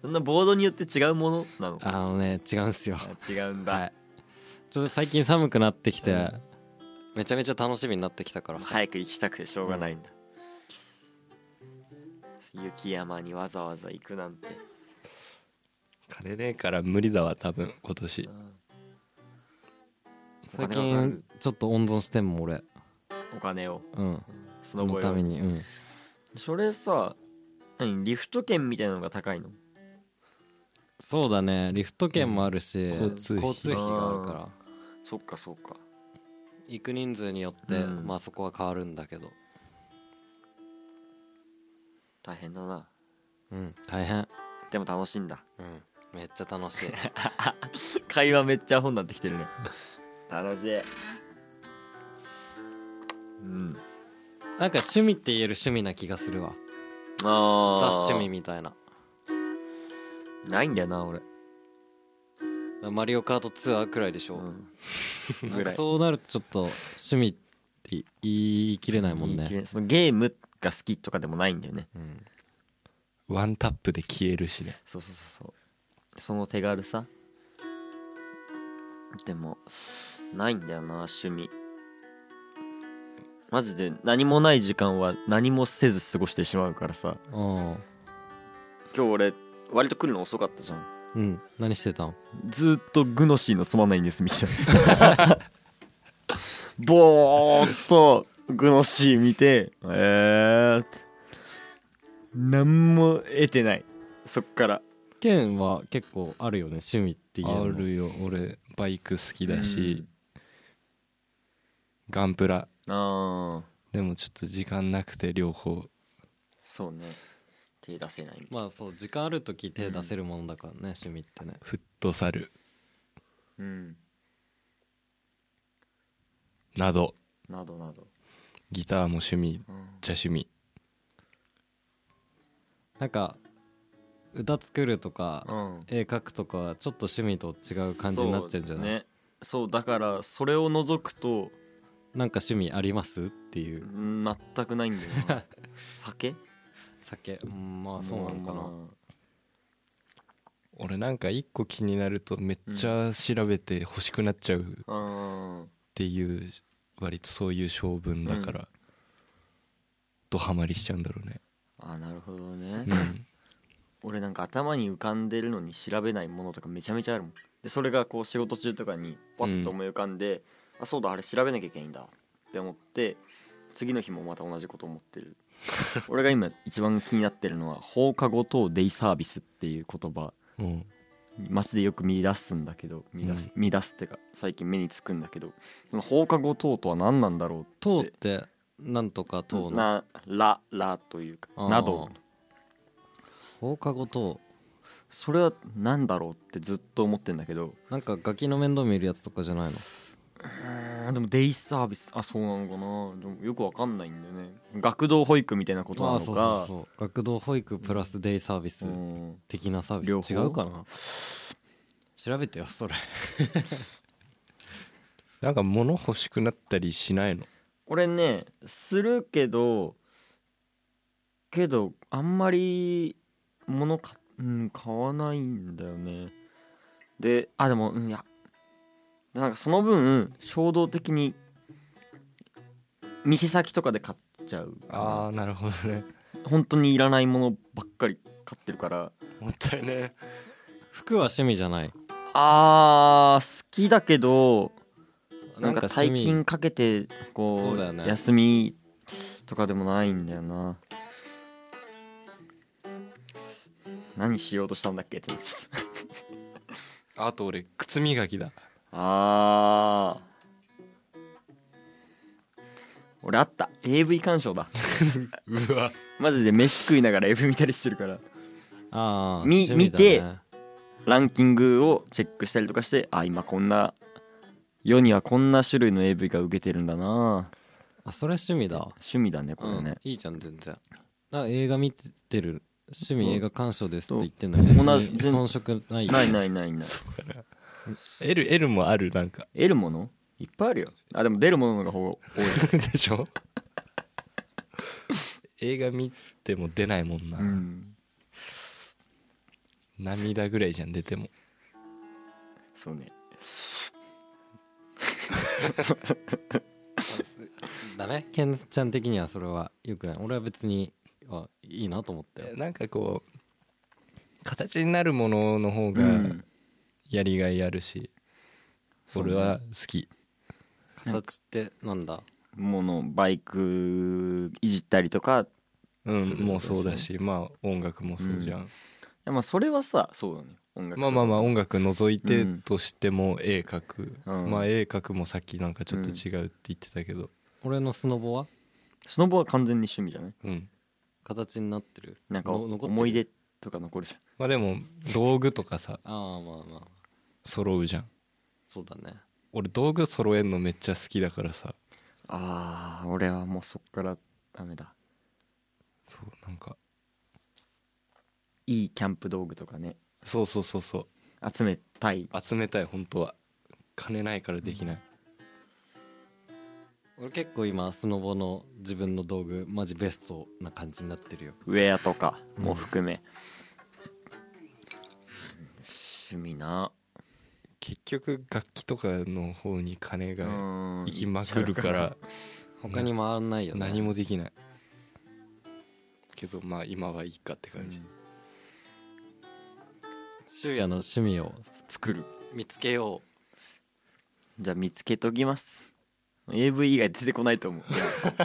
Speaker 1: そんなボードによって違うものなの
Speaker 3: あのね違うんすよ
Speaker 1: あ違うんだ、
Speaker 3: はいちょっと最近寒くなってきて、めちゃめちゃ楽しみになってきたからさ
Speaker 1: 早く行きたくてしょうがないんだ、雪山にわざわざ行くなんて、
Speaker 2: 金ねえから無理だわ多分今年
Speaker 3: 最
Speaker 1: お金がかか
Speaker 3: 近
Speaker 1: る
Speaker 3: ちょっと温存してんもん俺
Speaker 1: お金を
Speaker 3: うん
Speaker 1: スノ
Speaker 3: の
Speaker 1: ボ
Speaker 3: ため
Speaker 1: よ
Speaker 3: にうん
Speaker 1: それさ何リフト券みたいなのが高いの
Speaker 3: そうだねリフト券もあるし、
Speaker 2: 交通費
Speaker 3: があるから
Speaker 1: そっかそっか
Speaker 3: 行く人数によって、
Speaker 1: うん
Speaker 3: まあそこは変わるんだけど
Speaker 1: 大変だな
Speaker 3: うん大変
Speaker 1: でも楽しいんだ
Speaker 3: うんめっちゃ楽 しい
Speaker 1: 会話めっちゃ本になってきてるね楽しいうん
Speaker 3: なんか趣味って言える趣味な気がするわ
Speaker 1: あ
Speaker 3: ザ
Speaker 1: あ
Speaker 3: 趣味みたいな
Speaker 1: ないんだよな俺、
Speaker 3: マリオカートツアーくらいでし
Speaker 1: う
Speaker 3: ょ、
Speaker 1: ん、
Speaker 3: なんかそうなるとちょっと趣味って言い切れないもん
Speaker 1: 言い切
Speaker 3: ね、
Speaker 1: れそのゲームが好きとかでもないんだよね
Speaker 3: うん、
Speaker 2: ワンタップで消えるしね
Speaker 1: そうそうそうそうその手軽さでもないんだよな趣味マジで何もない時間は何もせず過ごしてしまうからさ
Speaker 3: うん
Speaker 1: 今日俺割と来るの遅かったじゃん
Speaker 3: うん何してたん
Speaker 1: ずーっとグノシーのすまないニュース見てた ぼーっとグノシー見てえーって何も得てないそっから
Speaker 3: ケンは結構あるよね趣味っていう
Speaker 2: あ
Speaker 3: の
Speaker 2: るよ俺バイク好きだし、ガンプラ
Speaker 1: ああ
Speaker 2: でもちょっと時間なくて両方
Speaker 1: そうね手出せない
Speaker 3: まあそう時間ある時手出せるものだからね、趣味ってね
Speaker 2: フットサル
Speaker 1: うん
Speaker 2: など
Speaker 1: などなど、
Speaker 2: ギターも趣味っ
Speaker 1: うん
Speaker 2: ちゃ趣味
Speaker 3: なんか歌作るとか、
Speaker 1: うん
Speaker 3: 絵描くとかはちょっと趣味と違う感じになっちゃうんじゃない、
Speaker 1: そう,、ね、そうだからそれを除くと
Speaker 3: なんか趣味ありますっていううん
Speaker 1: 全くないんだよ な酒
Speaker 3: 酒うんまあそうなのかな、
Speaker 2: 俺なんか一個気になるとめっちゃ調べて欲しくなっちゃうっ
Speaker 1: うん
Speaker 2: ていう割とそういう性分だからドハマりしちゃうんだろうね
Speaker 1: あなるほど
Speaker 2: う
Speaker 1: ね
Speaker 2: ん
Speaker 1: 俺なんか頭に浮かんでるのに調べないものとかめちゃめちゃあるもんでそれがこう仕事中とかにパッと思い浮かんで、あそうだあれ調べなきゃいけないんだって思って次の日もまた同じこと思って る俺が今一番気になってるのは放課後等デイサービスっていう言葉
Speaker 2: うん
Speaker 1: 街でよく見出すんだけど見出す,、
Speaker 2: うん
Speaker 1: 見出すってか最近目につくんだけどその放課後等とは何なんだろう
Speaker 3: 糖ってなんとか糖の
Speaker 1: なららという
Speaker 3: あ
Speaker 1: か
Speaker 3: ー
Speaker 1: など
Speaker 3: 放課後糖
Speaker 1: それは何だろうってずっと思ってんだけど
Speaker 3: なんかガキの面倒見るやつとかじゃないの
Speaker 1: うんでもデイサービスあそうなのかなでもよくわかんないんだよね学童保育みたいなことな
Speaker 3: あ
Speaker 1: の
Speaker 3: あ
Speaker 1: か
Speaker 3: そうそうそう学童保育プラスデイサービス
Speaker 1: うん
Speaker 3: 的なサー
Speaker 1: 両
Speaker 3: ビス
Speaker 1: 方
Speaker 3: 違うかな調べてよそれ
Speaker 2: なんか物欲しくなったりしないの
Speaker 1: 俺ねするけどけどあんまり物か、うん、買わないんだよねであでもうんいやなんかその分衝動的に店先とかで買っちゃう
Speaker 2: ああなるほどね
Speaker 1: 本当にいらないものばっかり買ってるから
Speaker 2: もったいね
Speaker 3: 服は趣味じゃない
Speaker 1: あー好きだけどな
Speaker 3: なんん
Speaker 1: か
Speaker 3: か趣
Speaker 1: 最
Speaker 3: 味
Speaker 1: 近かけてこ
Speaker 3: そう
Speaker 1: う
Speaker 3: だよね
Speaker 1: 休みとかでもないんだよな何しようとしたんだっけってなっちゃっ
Speaker 2: あと俺靴磨きだ
Speaker 1: た あー俺あった AV 鑑 賞だ
Speaker 2: うわ
Speaker 1: マジで飯食いながら AV 見たりしてるから
Speaker 3: ああ
Speaker 1: み
Speaker 3: 趣味だね
Speaker 1: 見ランキングをチェックしたりとかしてあ今こんな世にはこんな種類の AV が受けてるんだな
Speaker 3: あそれ趣味だ
Speaker 1: 趣味だねこれ
Speaker 3: うん
Speaker 1: ね、
Speaker 3: いいじゃん全然あ映画見てる趣味映画鑑賞ですって言ってんだ
Speaker 1: そう
Speaker 3: け
Speaker 1: 同
Speaker 3: ど同
Speaker 1: じ
Speaker 3: じ
Speaker 1: 全
Speaker 3: 遜色ないよ
Speaker 1: ないないないない
Speaker 2: そうかな L, L もあるなんか
Speaker 1: 得るものいっぱいあるよあでも出るものの方が多い
Speaker 2: でしょ 映画見ても出ないもんな、
Speaker 1: うん
Speaker 2: 涙ぐらいじゃん出ても
Speaker 1: そうね
Speaker 3: ダメケンちゃん的にはそれはよくない俺は別にはいいなと思ったよ
Speaker 2: なんかこう形になるものの方が
Speaker 1: うん
Speaker 2: やりがいあるし、
Speaker 1: そうね
Speaker 2: 俺は好き
Speaker 3: 形ってなんだ
Speaker 1: ものバイクいじったりとか
Speaker 2: うん
Speaker 1: そうだよね
Speaker 2: もうそうだしまあ音楽もそうじゃん、
Speaker 1: まあそれはさそうだね音楽
Speaker 2: まあまあまあ音楽除いて
Speaker 1: うん
Speaker 2: としても絵描く、
Speaker 1: うん
Speaker 2: まあ絵描くもさっきなんかちょっと違うって言ってたけど
Speaker 3: 俺のスノボは
Speaker 1: スノボは完全に趣味じゃない
Speaker 2: うん
Speaker 3: 形になってる
Speaker 1: なんか
Speaker 3: の残ってる
Speaker 1: 思い出とか残るじ
Speaker 2: まあでも道具とかさ
Speaker 3: ああまあまあ
Speaker 2: 揃うじゃん
Speaker 3: そうだね
Speaker 2: 俺道具揃えんのめっちゃ好きだからさ
Speaker 1: ゃんあー俺はもうそっからダメだ
Speaker 2: そうなんか
Speaker 1: いいキャンプ道具とかね
Speaker 2: そうそうそうそう
Speaker 1: 集めたい
Speaker 2: 集めたい本当は金ないからできない、
Speaker 3: 俺結構今スノボの自分の道具マジベストな感じになってるよ
Speaker 1: ウェアとか
Speaker 3: うん
Speaker 1: も含め、趣味な
Speaker 2: 結局楽器とかの方に金
Speaker 1: う
Speaker 2: が
Speaker 1: ん
Speaker 2: 行きまくるから
Speaker 3: 他に回らないよね
Speaker 2: 何もできないけどまあ今はいいかって感じ、
Speaker 3: 柊也の趣味を
Speaker 1: 作る
Speaker 3: 見つけよ
Speaker 1: じゃあ見つけときます AV 以外出てこないと 思う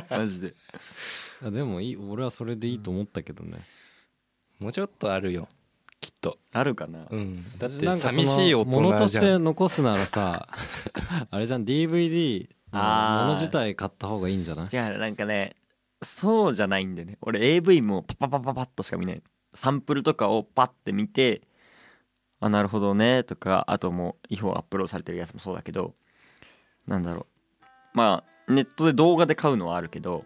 Speaker 1: マジで
Speaker 3: うあでもいい俺はそれでいいと思ったけどね、
Speaker 2: もうちょっとあるよきっと、
Speaker 1: あるかな、
Speaker 2: うん、だって
Speaker 3: なんかその
Speaker 2: 寂しい大
Speaker 3: 物
Speaker 2: 人
Speaker 3: と
Speaker 2: じ
Speaker 3: し
Speaker 2: ゃ
Speaker 3: て
Speaker 2: ん
Speaker 3: 残すなら さあれじゃん DVD の
Speaker 1: あー
Speaker 3: もの自体買った方がいいんじゃない
Speaker 1: じゃあなんかねそうじゃないんでね俺 AV もパパパパパッとしか見ないサンプルとかをパッて見てあなるほどねとかあともう違法アップロードされてるやつもそうだけどなんだろうまあネットで動画で買うのはあるけど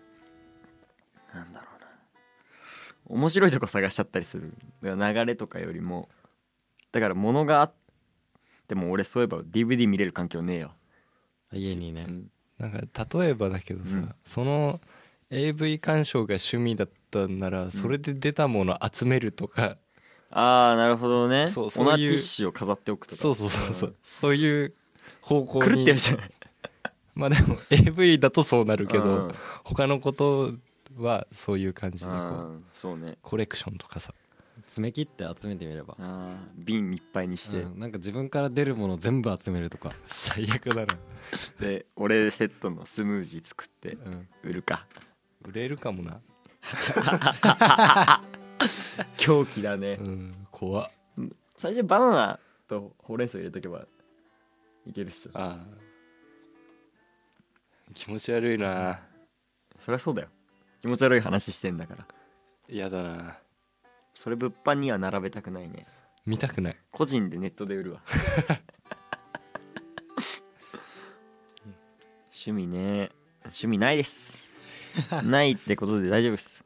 Speaker 1: なんだろうな面白いとこ探しちゃったりするだから流れとかよりもだから物があっても俺そういえば DVD 見れる環境ねえよ、
Speaker 3: 家にね、
Speaker 1: うん
Speaker 2: なんか例えばだけどさ、
Speaker 1: うん
Speaker 2: その AV 鑑賞が趣味だったんならそれで出たもの集めるとか、
Speaker 1: ああなるほどね
Speaker 2: そう
Speaker 1: オナ
Speaker 2: そう
Speaker 1: テ
Speaker 2: いう
Speaker 1: ィッシュを飾っておくとか
Speaker 2: そうそうそうそうそういう方向
Speaker 1: 狂っ
Speaker 2: に
Speaker 1: てるじゃない
Speaker 2: まあでも AV だとそうなるけど、
Speaker 1: うん
Speaker 2: 他のことはそういう感じでこう
Speaker 1: うんそうね
Speaker 2: コレクションとかさ
Speaker 3: 爪切って集めてみれば、
Speaker 1: あー瓶いっぱいにして、
Speaker 3: うんなんか自分から出るもの全部集めるとか、
Speaker 2: 最悪だな
Speaker 1: で俺セットのスムージー作って
Speaker 3: うん
Speaker 1: 売る か
Speaker 2: 売れるかもな
Speaker 1: 狂気だね
Speaker 2: うん怖っ
Speaker 1: 最初バナナとほうれん草入れとけばいけるっしょ
Speaker 2: あー気持ち悪いな
Speaker 1: そりゃそうだよ気持ち悪い話してんだから
Speaker 2: 嫌だな
Speaker 1: それ物販には並べたくないね
Speaker 2: 見たくない
Speaker 1: 個人でネットで売るわ趣味ね趣味ないですないってことで大丈夫です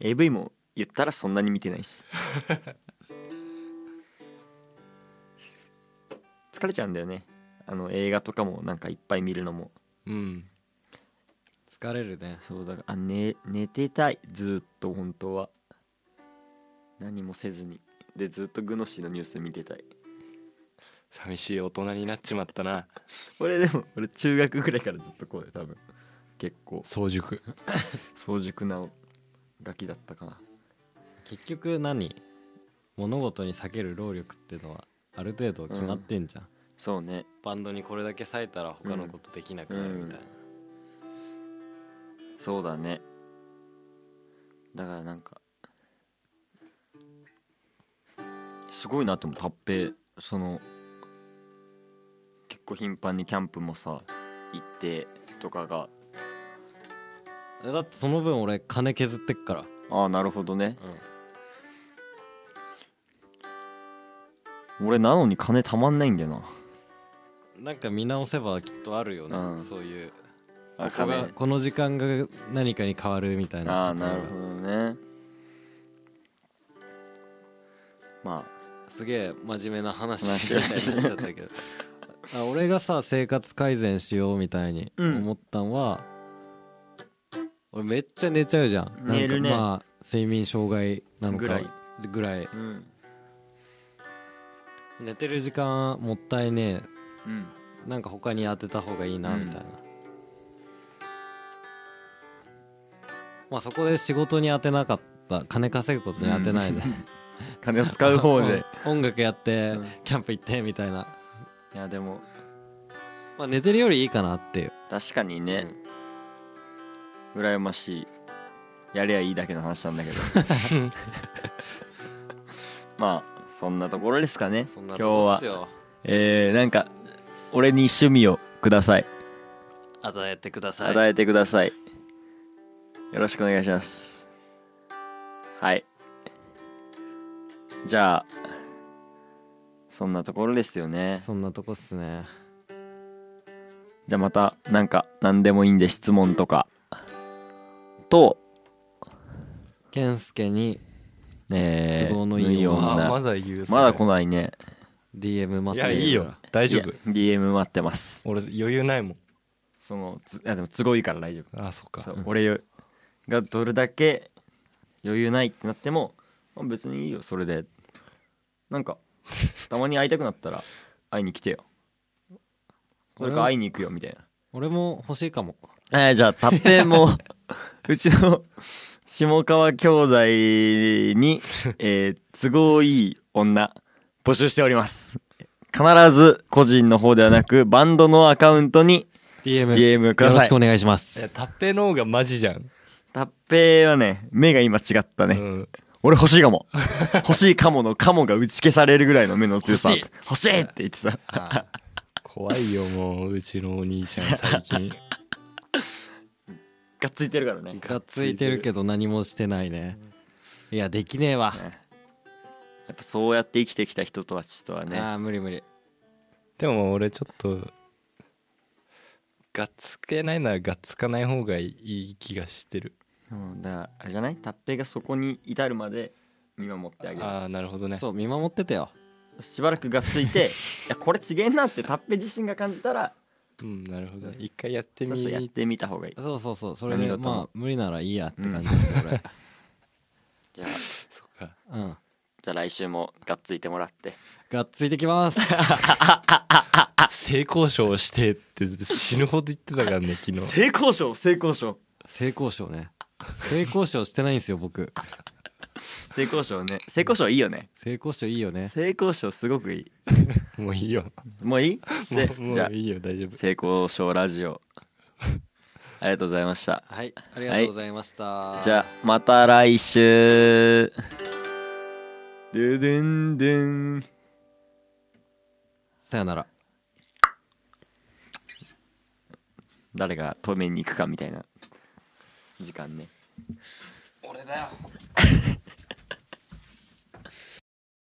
Speaker 1: AV も言ったらそんなに見てないし疲れちゃうんだよねあの映画とかもなんかいっぱい見るのも
Speaker 2: うん
Speaker 3: 疲れるね
Speaker 1: そうだからあ寝寝てたいずーっと本当は何もせずにでずーっとグノシーのニュース見てたい
Speaker 2: 寂しい大人になっちまったな
Speaker 1: 俺でも俺中学ぐらいからずっとこうで多分結構
Speaker 2: 早熟
Speaker 1: 早熟なガキだったかな
Speaker 3: 結局何物事に避ける労力っていうのはある程度決まってんじゃん、
Speaker 1: そうね
Speaker 3: バンドにこれだけ割いたら他のことできなくなるみたいな、
Speaker 1: そうだねだからなんかすごいなって思う達平その結構頻繁にキャンプもさ行ってとかが
Speaker 3: えだってその分俺金削ってっから
Speaker 1: ああなるほどね
Speaker 3: うん
Speaker 1: 俺なのに金たまんないんだよ
Speaker 3: なんか見直せばきっとあるよね、
Speaker 1: うん
Speaker 3: そういう
Speaker 1: な
Speaker 3: ここがこの時間が何かに変わるみたいな
Speaker 1: ああなる
Speaker 3: とこ
Speaker 1: ほ
Speaker 3: ろが
Speaker 1: どねます
Speaker 3: げえ真面目な話
Speaker 1: 話
Speaker 3: みたいになっちゃったけどあ俺がさ生活改善しようみたいに
Speaker 1: うん
Speaker 3: 思ったんは、俺めっちゃ寝ちゃうじゃん
Speaker 1: 寝るね
Speaker 3: なんかまあ睡眠障害なのか
Speaker 1: ぐらい
Speaker 3: ぐらい
Speaker 1: あうん
Speaker 3: 寝てる時間もったいね
Speaker 1: うん
Speaker 3: えなんか他に当てた方がいいな
Speaker 1: うん
Speaker 3: みたいな、まあそこで仕事に当てなかった金稼ぐことに当てないで、
Speaker 1: 金を使う方
Speaker 3: うん
Speaker 1: で
Speaker 3: 音楽やって、
Speaker 1: うん
Speaker 3: キャンプ行ってみたいな、
Speaker 1: いやでも
Speaker 3: まあ、寝てるよりいいかなっていう
Speaker 1: 確かにね、羨ましいやりゃいいだけの話なんだ けどまあそんなところですかね
Speaker 3: そん
Speaker 1: 今
Speaker 3: な
Speaker 1: 日
Speaker 3: とこっ
Speaker 1: は
Speaker 3: すよ
Speaker 1: えー、なんか俺に趣味をください
Speaker 3: 与えてください
Speaker 1: 与えてください、よろしくお願いしますはいじゃあそんなところですよね
Speaker 3: そんなとこっすね
Speaker 1: じゃあまたなんか何でもいいんで質問とかと
Speaker 3: 健介に
Speaker 1: えー、
Speaker 3: 都合のいい女
Speaker 2: あま
Speaker 1: まだ
Speaker 2: だ言う
Speaker 1: まだ来
Speaker 2: な
Speaker 1: ないね
Speaker 3: DM 待
Speaker 2: い
Speaker 3: っ
Speaker 2: や
Speaker 3: てる
Speaker 2: いいよ大丈夫
Speaker 1: いや DM 待ってます
Speaker 2: 俺余裕ないもん
Speaker 1: そのついやでも都合いいから大丈夫
Speaker 2: あそっ
Speaker 1: そ
Speaker 2: か
Speaker 1: う俺よがどれだけ余裕ないってなってもあ別にいいよそれでなん かたまに会いたくなったら会いに来てよそれか会いに行くよみたい
Speaker 3: 俺も欲しいかも
Speaker 1: なえーじゃあたっぺ もうちの下川兄弟 に、えー都合いい女募集しております必ず個人の方ではなくバンドのアカウントに
Speaker 3: DM,
Speaker 1: DM くだ
Speaker 3: よ
Speaker 1: さい
Speaker 3: ろしくお願いしま
Speaker 2: いや
Speaker 3: す
Speaker 2: タッペの方がマジじゃん、
Speaker 1: たっぺはね目が今違ったね、
Speaker 2: うん、
Speaker 1: 俺欲しいかも欲しいかものかもが打ち消されるぐらいの目の強さ
Speaker 3: 欲しい
Speaker 1: 欲しいって言ってた
Speaker 2: 怖いよもううちのお兄ちゃん最近
Speaker 1: がっついてるからね
Speaker 3: がっついてるけど何もしてないねいやできねえわ、
Speaker 1: やっぱそうやって生きてきた人たちとはね
Speaker 3: ああ無理無理
Speaker 2: でも俺ちょっとがっつけないならがっつかない方がいい気がしてる
Speaker 1: うんだからあれじゃない達平がそこに至るまで見守ってあげる
Speaker 2: ああなるほどね
Speaker 3: そう見守っててよ
Speaker 1: しばらくがつい ていやこれちげえなって達平自身が感じたら
Speaker 2: うんなるほど一回やって
Speaker 1: そう
Speaker 2: み
Speaker 1: そうやってみた方がいい
Speaker 3: そうそうそうそれ
Speaker 1: 何
Speaker 3: で
Speaker 1: 事も
Speaker 3: まあ無理ならいいやって感じでした、
Speaker 1: じゃあ
Speaker 2: そっか
Speaker 3: 俺うん
Speaker 1: じゃあ来週もがっついてもら って
Speaker 3: がっついてきます
Speaker 2: 性交渉をしてって死ぬほど言ってたからね昨日
Speaker 1: 性交渉性交渉
Speaker 3: 性交渉ね性交渉してないんですよ僕
Speaker 1: 性交渉ね性交渉いいよね
Speaker 3: 性交渉いいよね
Speaker 1: 性交渉すごくいい
Speaker 2: もういいよ
Speaker 1: もういい
Speaker 2: も
Speaker 1: で
Speaker 2: うも
Speaker 1: じゃあ
Speaker 2: ういいよ大丈夫
Speaker 1: 性交渉ラジオありがとうございました
Speaker 3: はいあり
Speaker 1: がとうご
Speaker 3: ざいました、
Speaker 1: じゃあまた来週ででんでん
Speaker 3: さよなら
Speaker 1: 誰が止めに行くかみたいな時間ね